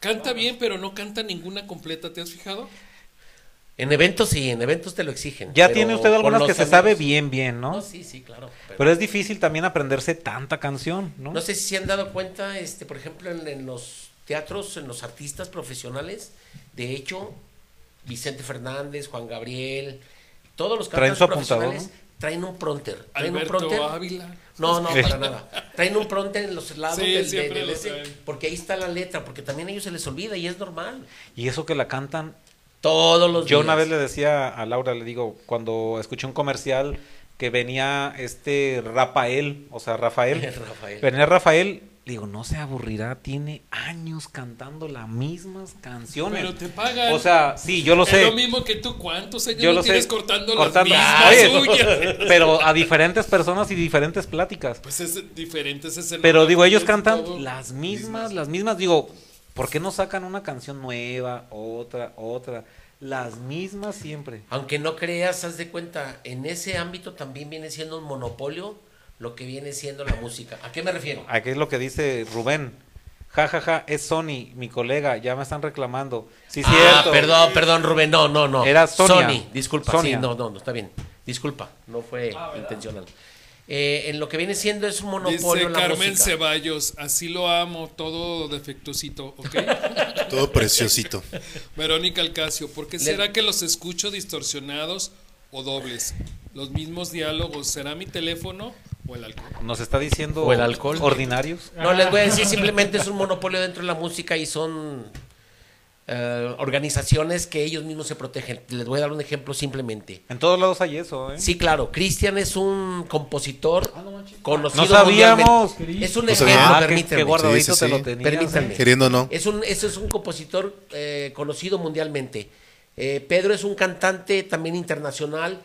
S6: Canta bien, pero no canta ninguna completa, ¿te has fijado?
S4: en eventos sí, en eventos te lo exigen.
S1: Ya
S4: pero
S1: tiene usted
S4: con
S1: algunas
S4: los
S1: que se
S4: amigos-
S1: sabe bien, bien,
S4: ¿no?
S1: ¿no?
S4: sí, sí, claro. Pero,
S1: Pero es difícil también aprenderse tanta canción, ¿no?
S4: no sé si se han dado cuenta, este, por ejemplo, en, en los teatros, en los artistas profesionales, de hecho, Vicente Fernández, Juan Gabriel, todos los
S1: Traen
S4: cantantes
S1: su apuntador,
S4: profesionales traen un pronter. Traen
S6: Alberto
S4: un pronter.
S6: Ávila.
S4: No, no, para nada. Traen un pronter en los lados
S6: Sí,
S4: del,
S6: siempre
S4: del-
S6: lo
S4: ese,
S6: traen.
S4: porque ahí está la letra, porque también a ellos se les olvida y es normal.
S1: Y eso que la cantan
S4: Todos los
S1: Yo
S4: días.
S1: una vez le decía a Laura, le digo, cuando escuché un comercial que venía este Rafael, o sea, Rafael,
S4: Rafael.
S1: venía Rafael, le digo, no se aburrirá, tiene años cantando las mismas canciones.
S6: Pero te pagan.
S1: O sea, sí, yo lo
S6: Es
S1: sé.
S6: lo mismo que tú, ¿cuántos años
S1: Yo
S6: no
S1: lo
S6: tienes
S1: sé.
S6: cortando,
S1: Cortando- Ah,
S6: las
S1: Oye,
S6: mismas uñas?
S1: pero a diferentes personas y diferentes pláticas.
S6: Pues es diferente, ese es el...
S1: Pero digo, ellos cantan
S6: todo.
S1: las mismas, las mismas. Digo, ¿por qué no sacan una canción nueva, otra, otra? Las mismas siempre.
S4: Aunque no creas, haz de cuenta, en ese ámbito también viene siendo un monopolio lo que viene siendo la música. ¿A qué me refiero?
S1: Aquí es lo que dice Rubén. Ja, ja, ja, es Sony, mi colega, ya me están reclamando. Sí,
S4: Ah,
S1: cierto.
S4: perdón, perdón, Rubén, no, no, no.
S1: Era Sonia.
S4: Sony, disculpa,
S1: Sonia.
S4: sí, no, no, no, está bien. Disculpa, no fue intencional. Eh, en lo que viene siendo es un monopolio
S6: Dice
S4: la
S6: Carmen
S4: música.
S6: Ceballos, así lo amo, todo defectuosito, ¿ok?
S5: Todo preciosito.
S6: Verónica Alcacio, ¿por qué
S4: Le-
S6: será que los escucho distorsionados o dobles? Los mismos diálogos, ¿será mi teléfono o el alcohol?
S1: Nos está diciendo
S4: O el alcohol.
S1: ordinarios.
S4: No, les voy a decir, simplemente es un monopolio dentro de la música y son eh, organizaciones que ellos mismos se protegen. Les voy a dar un ejemplo simplemente.
S1: En todos lados hay eso, ¿eh?
S4: Sí, claro. Cristian es un compositor conocido.
S1: No sabíamos.
S4: mundialmente. Es un
S5: No
S4: ejemplo,
S5: sabíamos.
S1: Ah, qué, qué
S4: permíteme.
S1: guardadito
S5: Sí, sí,
S1: te lo
S5: sí.
S1: tenías. ¿eh?
S4: Permítanme.
S5: Queriendo o no.
S4: es un, ese es un compositor eh, conocido mundialmente. Eh, Pedro es un cantante también internacional.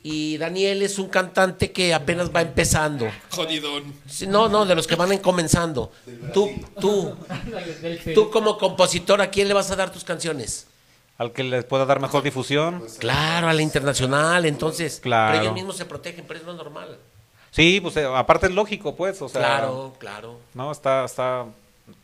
S4: Y Daniel es un cantante que apenas va empezando.
S6: Jodidón.
S4: Sí, No, no, de los que van en- comenzando. Tú, tú,
S3: Ándale, del Perú.
S4: tú como compositor, ¿a quién le vas a dar tus canciones?
S1: Al que les pueda dar mejor difusión.
S4: Claro, a la internacional, entonces.
S1: Claro.
S4: Pero ellos mismos se protegen, pero es lo normal.
S1: Sí, pues eh, aparte es lógico, pues. O sea,
S4: claro, claro.
S1: No, está, está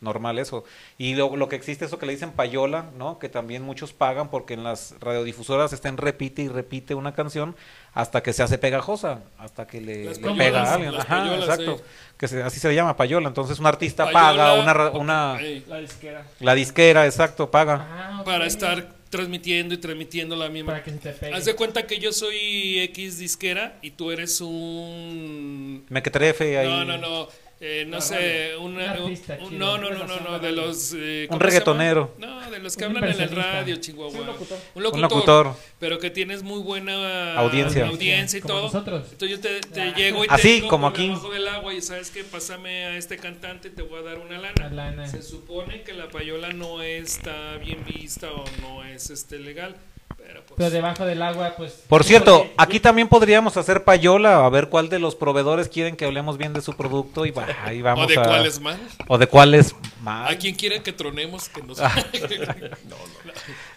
S1: normal eso. Y lo, lo que existe, eso que le dicen payola, ¿no? Que también muchos pagan porque en las radiodifusoras estén repite y repite una canción hasta que se hace pegajosa, hasta que le,
S6: Las
S1: le
S6: payolas,
S1: pega a alguien.
S6: las
S1: Ajá,
S6: payolas,
S1: exacto.
S6: sí.
S1: Que se- así se le llama payola. Entonces un artista
S6: Payola,
S1: paga, una, ra-
S6: ok,
S1: una
S6: ey,
S2: La disquera.
S1: la disquera, exacto, paga.
S3: Ah, ok.
S6: Para estar transmitiendo y transmitiendo la misma.
S3: Para que se te pegue.
S6: Haz de cuenta que yo soy X disquera y tú eres un...
S1: Mequetrefe ahí.
S6: No, no, no. eh, no
S3: Ah,
S6: sé,
S3: vale.
S6: una-
S3: Un
S6: un-
S3: artista
S6: un-
S3: chido.
S6: no, no, no,
S3: Una
S6: no, no,
S3: persona
S6: de
S3: de-
S6: los... eh,
S1: Un
S6: ¿cómo se llama?
S1: reggaetonero.
S6: No, de los
S3: Un
S6: que hablan en el
S3: impresionista.
S6: radio,
S3: Sí,
S6: Chihuahua.
S3: un locutor.
S6: Un
S1: Un
S6: locutor.
S1: locutor.
S6: Pero que tienes muy buena
S1: Audiencia.
S6: audiencia y
S3: Como
S6: todo.
S3: nosotros. Ah.
S6: Entonces yo te, te llego y
S1: Así,
S6: te digo
S1: como
S6: por
S1: aquí.
S6: debajo del agua y sabes que pásame a este cantante te voy a dar una lana.
S3: Una lana.
S6: Se supone que la payola no está bien vista o no es este legal, pero pues
S3: Pero debajo del agua, pues.
S1: Por cierto,
S3: Porque-
S1: aquí también podríamos hacer payola, a ver cuál de los proveedores quieren que hablemos bien de su producto y va- ahí vamos
S6: o de
S1: a...
S6: cuáles más.
S1: O de cuáles más.
S6: ¿A quién quiere que tronemos que
S1: Ah.
S6: nos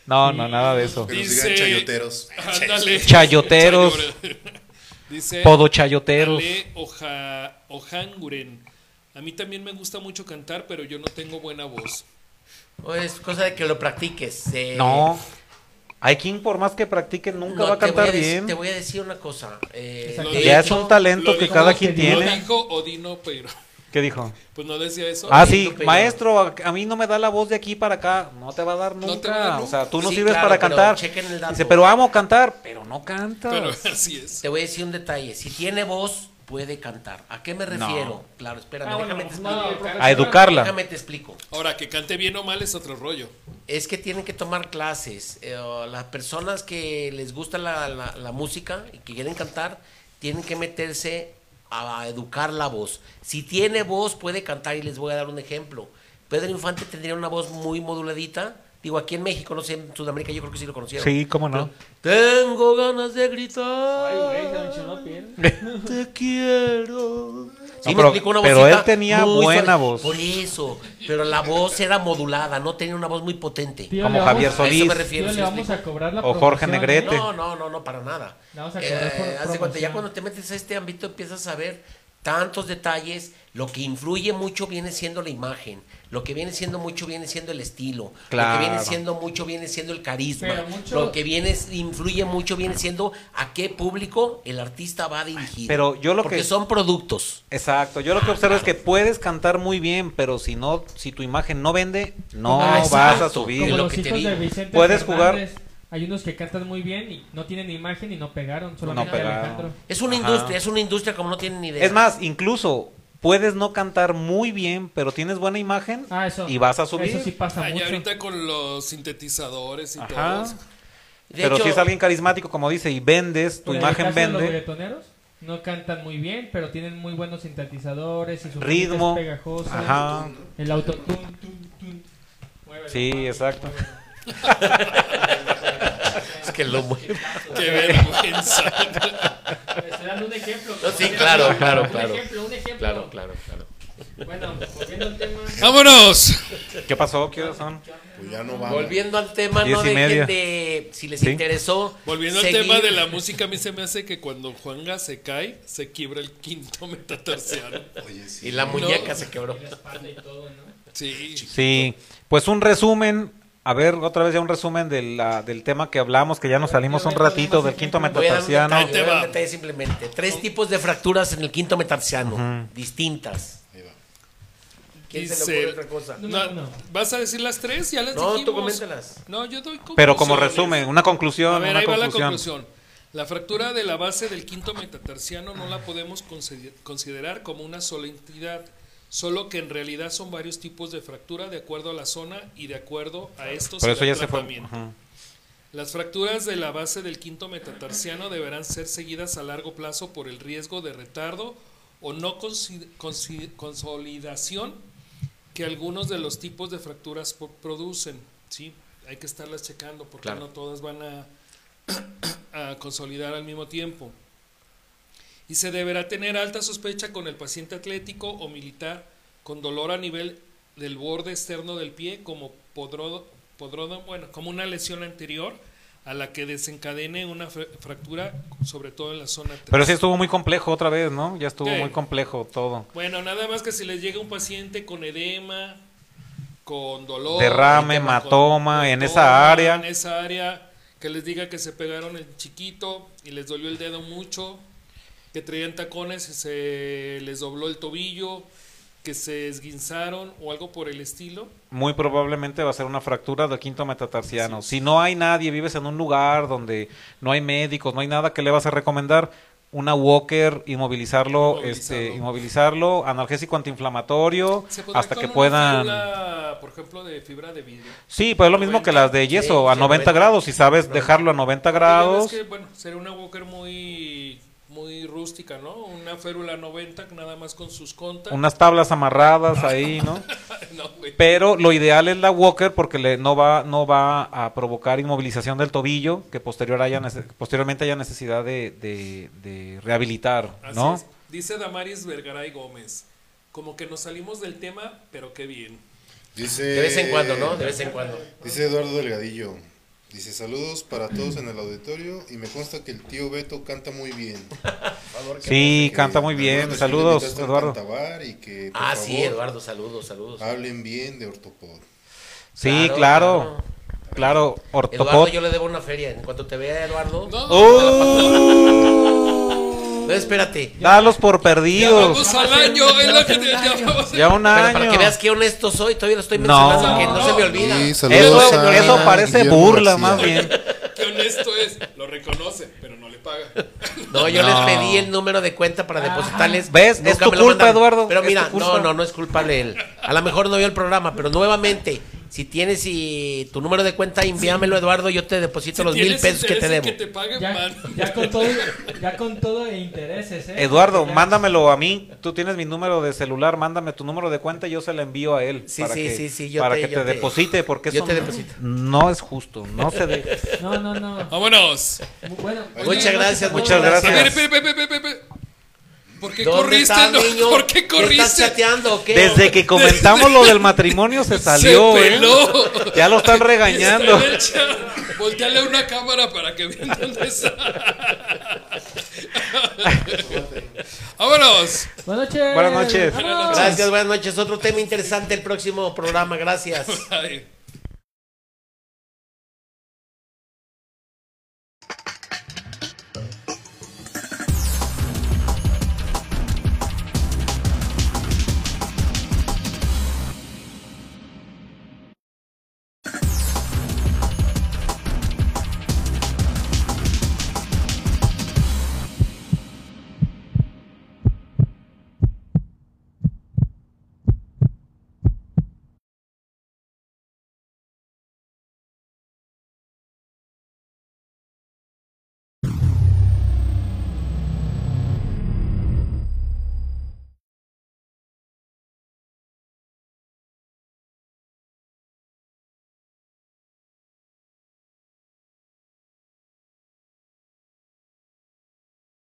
S1: No, no, nada de eso.
S5: Que nos digan chayoteros.
S6: Ándale.
S1: Chayoteros.
S6: Chayo- Dice
S1: Podo chayoteros.
S6: Ale Oja- Ojanguren. A mí también me gusta mucho cantar, pero yo no tengo buena voz.
S4: O es cosa de que lo practiques. eh,
S1: No. Hay quien por más que practique nunca
S4: no,
S1: va a
S4: te voy
S1: cantar
S4: decir-
S1: bien.
S4: Te voy a decir una cosa. eh,
S3: Exacto.
S4: de
S1: Ya es
S4: hecho,
S1: un talento
S6: lo
S1: que
S6: dijo-
S1: cada quien
S6: Lo
S1: tiene.
S6: dijo Odino, pero
S1: ¿Qué dijo?
S6: pues no decía eso.
S1: Ah,
S4: Odino
S1: sí,
S4: Peña.
S1: maestro, a, a mí no me da la voz de aquí para acá. No te va a dar nunca.
S6: No te va a dar
S1: O sea, tú no
S4: Sí,
S1: sirves
S4: claro,
S1: para
S4: pero
S1: cantar.
S4: chequen el dato.
S1: Dice, pero amo cantar. Pero no canta.
S6: Pero así es.
S4: Te voy a decir un detalle. Si tiene voz, puede cantar. ¿A qué me refiero? Claro, espérame,
S2: Ah, bueno,
S4: déjame, te
S2: pues,
S4: explico.
S2: no, profesor.
S1: A educarla.
S4: déjame te explico.
S6: Ahora, que cante bien o mal es otro rollo.
S4: Es que tienen que tomar clases. Eh, o las personas que les gusta la, la- la música y que quieren cantar, tienen que meterse a, educar la voz. Si tiene voz, puede cantar y les voy a dar un ejemplo. Pedro Infante tendría una voz muy moduladita. Digo, aquí en México, no sé, en Sudamérica yo creo que sí lo conocieron.
S1: Sí, cómo no.
S4: Tengo ganas de gritar.
S2: Ay, güey, se me enchinó la piel.
S4: Te quiero.
S1: No,
S4: Sí, me
S1: pero-
S4: explico, una
S1: pero
S4: vocita
S1: él tenía
S4: muy
S1: buena
S4: suave.
S1: voz.
S4: Por eso, pero la voz era modulada, no tenía una voz muy potente.
S3: Tío,
S1: Como
S3: le
S1: Javier
S3: vamos-
S4: A eso
S1: Solís.
S4: me
S3: tío,
S4: refiero. ¿sí
S3: le
S4: me
S3: vamos a
S4: explico?
S3: cobrar la
S1: O Jorge
S3: promoción, ¿eh?
S1: Negrete.
S4: No, no, no, no, para nada.
S3: Le vamos a cobrar por
S4: Eh, haz de cuenta,
S3: promoción.
S4: ya cuando te metes a este ámbito empiezas a ver tantos detalles. Lo que influye mucho viene siendo la imagen. Lo que viene siendo mucho viene siendo el estilo. Lo
S1: Claro.
S4: que viene siendo mucho viene siendo el carisma.
S3: Pero mucho-
S4: Lo que viene influye mucho viene siendo a qué público el artista va dirigido.
S1: Pero yo lo
S4: Porque
S1: que-
S4: son productos.
S1: Exacto, yo lo que observo es que puedes cantar muy bien, pero si no, si tu imagen no vende, no
S4: Ah,
S1: vas a
S4: exacto.
S1: subir.
S4: Y
S3: Como
S4: lo
S3: los
S4: que te
S3: hijos de
S4: digo.
S3: Vicente
S1: Puedes
S3: Fernández. Hay unos que cantan muy bien y no tienen imagen y no pegaron, solamente
S1: pegaron.
S3: Alejandro.
S4: Es una
S1: Ajá.
S4: industria, es una industria como no tienen ni idea.
S1: Es más, incluso puedes no cantar muy bien, pero tienes buena imagen
S3: Ah, eso.
S1: y vas a subir.
S3: Eso sí pasa
S6: Ay,
S3: mucho.
S6: ahorita con los sintetizadores y
S1: Ajá.
S6: todo.
S4: De
S1: Pero
S4: hecho,
S1: si es alguien carismático, como dice, y vendes, tu
S3: Por el
S1: imagen
S3: caso de Los
S1: vende.
S3: reggaetoneros no cantan muy bien, pero tienen muy buenos sintetizadores y sus
S1: Ritmo.
S3: rolitas pegajosas.
S1: Ajá.
S3: El autotune. tun, tun. Muévelo,
S1: Sí,
S3: mami,
S1: exacto.
S3: muévelo.
S4: es que lo mueve.
S6: Qué vergüenza.
S3: Estoy dando un ejemplo.
S4: No, sí, claro, claro,
S3: Un
S4: claro.
S3: ejemplo, un ejemplo.
S4: Claro, claro, claro.
S3: Bueno, volviendo al tema.
S6: ¡Vámonos!
S1: ¿Qué pasó? ¿Qué horas son?
S5: Pues ya no va.
S4: Volviendo al tema,
S1: Diez
S4: no
S1: y
S4: dejen
S1: media.
S4: de si les
S1: Sí.
S4: interesó.
S6: Volviendo
S4: seguir-
S6: al tema de la música, a mí se me hace que cuando Juanga se cae, se quiebra el quinto metatarsiano.
S5: Oye, sí.
S4: y la muñeca
S6: No.
S4: se quebró.
S3: espalda y todo, ¿no?
S6: Sí.
S1: Sí, pues un resumen. A ver, otra vez ya un resumen de la- del tema que hablamos, que ya nos salimos un ratito del quinto
S4: Voy a dar un detalle,
S1: metatarsiano.
S6: Ahí
S4: voy
S6: te
S4: a dar un
S6: va.
S4: detalle simplemente. Tres tipos de fracturas en el quinto metarsiano, distintas.
S5: Ahí va.
S4: ¿Quién se
S6: Dice-
S4: le ocurre otra cosa?
S3: No,
S6: No,
S3: no.
S6: ¿Vas a decir las tres? Ya las
S4: No,
S6: dijimos.
S4: tú coméntalas.
S6: No, yo doy
S1: Pero como
S6: conclusiones.
S1: resumen, una conclusión,
S6: A ver,
S1: una
S6: ahí va la
S1: conclusión.
S6: conclusión. La fractura de la base del quinto metatarsiano no la podemos consider- considerar como una sola entidad, solo que en realidad son varios tipos de fractura de acuerdo a la zona y de acuerdo a estos
S1: Por eso
S6: el
S1: ya se fue.
S6: atrapamiento.
S1: Ajá.
S6: Las fracturas de la base del quinto metatarsiano deberán ser seguidas a largo plazo por el riesgo de retardo o no consi- consi- consolidación que algunos de los tipos de fracturas po- producen. ¿sí? Hay que estarlas checando porque
S4: Claro.
S6: no todas van a, a consolidar al mismo tiempo. Y se deberá tener alta sospecha con el paciente atlético o militar con dolor a nivel del borde externo del pie como podrodo, podrodo- bueno, como una lesión anterior a la que desencadene una fra- fractura, sobre todo en la zona tres.
S1: Pero sí estuvo muy complejo otra vez, ¿no? Ya estuvo
S6: Sí.
S1: muy complejo todo.
S6: Bueno, nada más que si les llega un paciente con edema, con dolor,
S1: Derrame,
S6: edema con-
S1: hematoma,
S6: con
S1: en esa
S6: hematoma,
S1: área.
S6: en esa área, que les diga que se pegaron el chiquito y les dolió el dedo mucho, que traían tacones y se les dobló el tobillo, que se esguinzaron o algo por el estilo.
S1: Muy probablemente va a ser una fractura del quinto metatarsiano. Si no hay nadie, vives en un lugar donde no hay médicos, no hay nada que le vas a recomendar, una walker, inmovilizarlo,
S6: Inmovilizarlo.
S1: este, inmovilizarlo, analgésico antiinflamatorio,
S6: Se podrá
S1: hasta
S6: con
S1: que
S6: una
S1: puedan.
S6: fibra, por ejemplo, de fibra de vidrio.
S1: Sí, pues es lo mismo que las de yeso,
S4: Sí,
S1: a
S4: sí,
S1: 90
S4: 90.
S1: grados, si sabes dejarlo a 90 grados.
S6: Sí, la verdad es que, bueno, sería una Walker muy muy rústica, ¿no? Una férula 90 nada más con sus contas.
S1: Unas tablas amarradas ahí, ¿no?
S6: No, güey.
S1: Pero lo ideal es la Walker porque le, no, va, no va a provocar inmovilización del tobillo que posterior haya nece- posteriormente haya necesidad de, de- de rehabilitar,
S6: Así
S1: ¿no?
S6: es. Dice Damaris Vergaray Gómez. Como que nos salimos del tema, pero qué bien.
S5: Dice,
S6: Eh,
S4: De vez en cuando, ¿no? De vez en cuando.
S5: Dice Eduardo Delgadillo. Dice saludos para todos en el auditorio y me consta que el tío Beto canta muy bien.
S1: Sí,
S5: Que
S1: canta muy bien.
S5: Eduardo es
S1: Saludos,
S5: invitaste al
S1: Eduardo.
S5: Cantabar y que, por
S4: Ah, sí,
S5: favor,
S4: Eduardo, saludos, saludos.
S1: Ah,
S5: Hablen bien de Ortopod.
S1: Sí, claro, claro.
S4: Eduardo,
S1: Ortopod.
S4: yo le debo una feria. En cuanto te vea, Eduardo. No,
S1: ¡Oh, ¡Uh!
S4: espérate.
S1: Dalos por
S6: Ya
S1: perdidos.
S6: vamos al año, es lo que te- ya vamos-
S1: Ya un
S4: Pero para
S1: año.
S4: que veas qué honesto soy, todavía lo estoy
S1: No.
S4: mencionando, que no se me olvida.
S5: Sí, saludos
S1: Eso,
S5: a
S1: eso parece
S5: Guillermo
S1: burla
S5: García.
S1: más bien.
S6: Qué honesto es, lo reconoce, pero no le paga.
S4: No, yo
S1: No.
S4: les pedí el número de cuenta para depositarles.
S1: ¿Ves? Es tu
S4: me lo
S1: culpa,
S4: mandaron.
S1: Eduardo,
S4: Pero
S1: es
S4: mira,
S1: tu culpa.
S4: no, no, no es culpable él. A lo mejor no vio el programa, pero nuevamente, si tienes y tu número de cuenta, envíamelo, Eduardo, yo te deposito los mil
S6: Tienes
S4: pesos que te
S6: interés en
S4: debo.
S6: Que te paguen,
S3: Ya,
S6: man.
S3: ya con todo, ya con todo e intereses, ¿eh?
S1: Eduardo,
S3: Ya.
S1: mándamelo a mí. Tú tienes mi número de celular, mándame tu número de cuenta y yo se la envío a él.
S4: Sí,
S1: para
S4: sí,
S1: que,
S4: sí, sí, yo
S1: para
S4: te-
S1: que
S4: yo
S1: te,
S4: te-
S1: deposite, porque
S4: yo
S1: eso
S4: te
S1: no-
S4: deposito.
S1: no es justo. No se debe.
S3: No, no, no.
S6: Vámonos.
S3: Mu- Bueno,
S4: Muchas gracias,
S1: Muchas gracias.
S6: A ver, espera, espera, espera, espera. ¿Por qué
S4: ¿Dónde
S6: corriste?
S4: estás,
S6: no?
S4: niño?
S6: ¿Por qué
S4: ¿Estás
S6: corriste?
S4: chateando o qué?
S1: Desde que comentamos lo del matrimonio se salió.
S6: Se
S1: ¿eh?
S6: peló.
S1: Ya lo están regañando.
S6: Está en el chat. Volteale una cámara para que vean dónde está. Vámonos.
S3: Buenas noches.
S1: Buenas noches.
S3: Vámonos.
S4: Gracias, buenas noches. Otro tema interesante el próximo programa, gracias.
S6: Ay.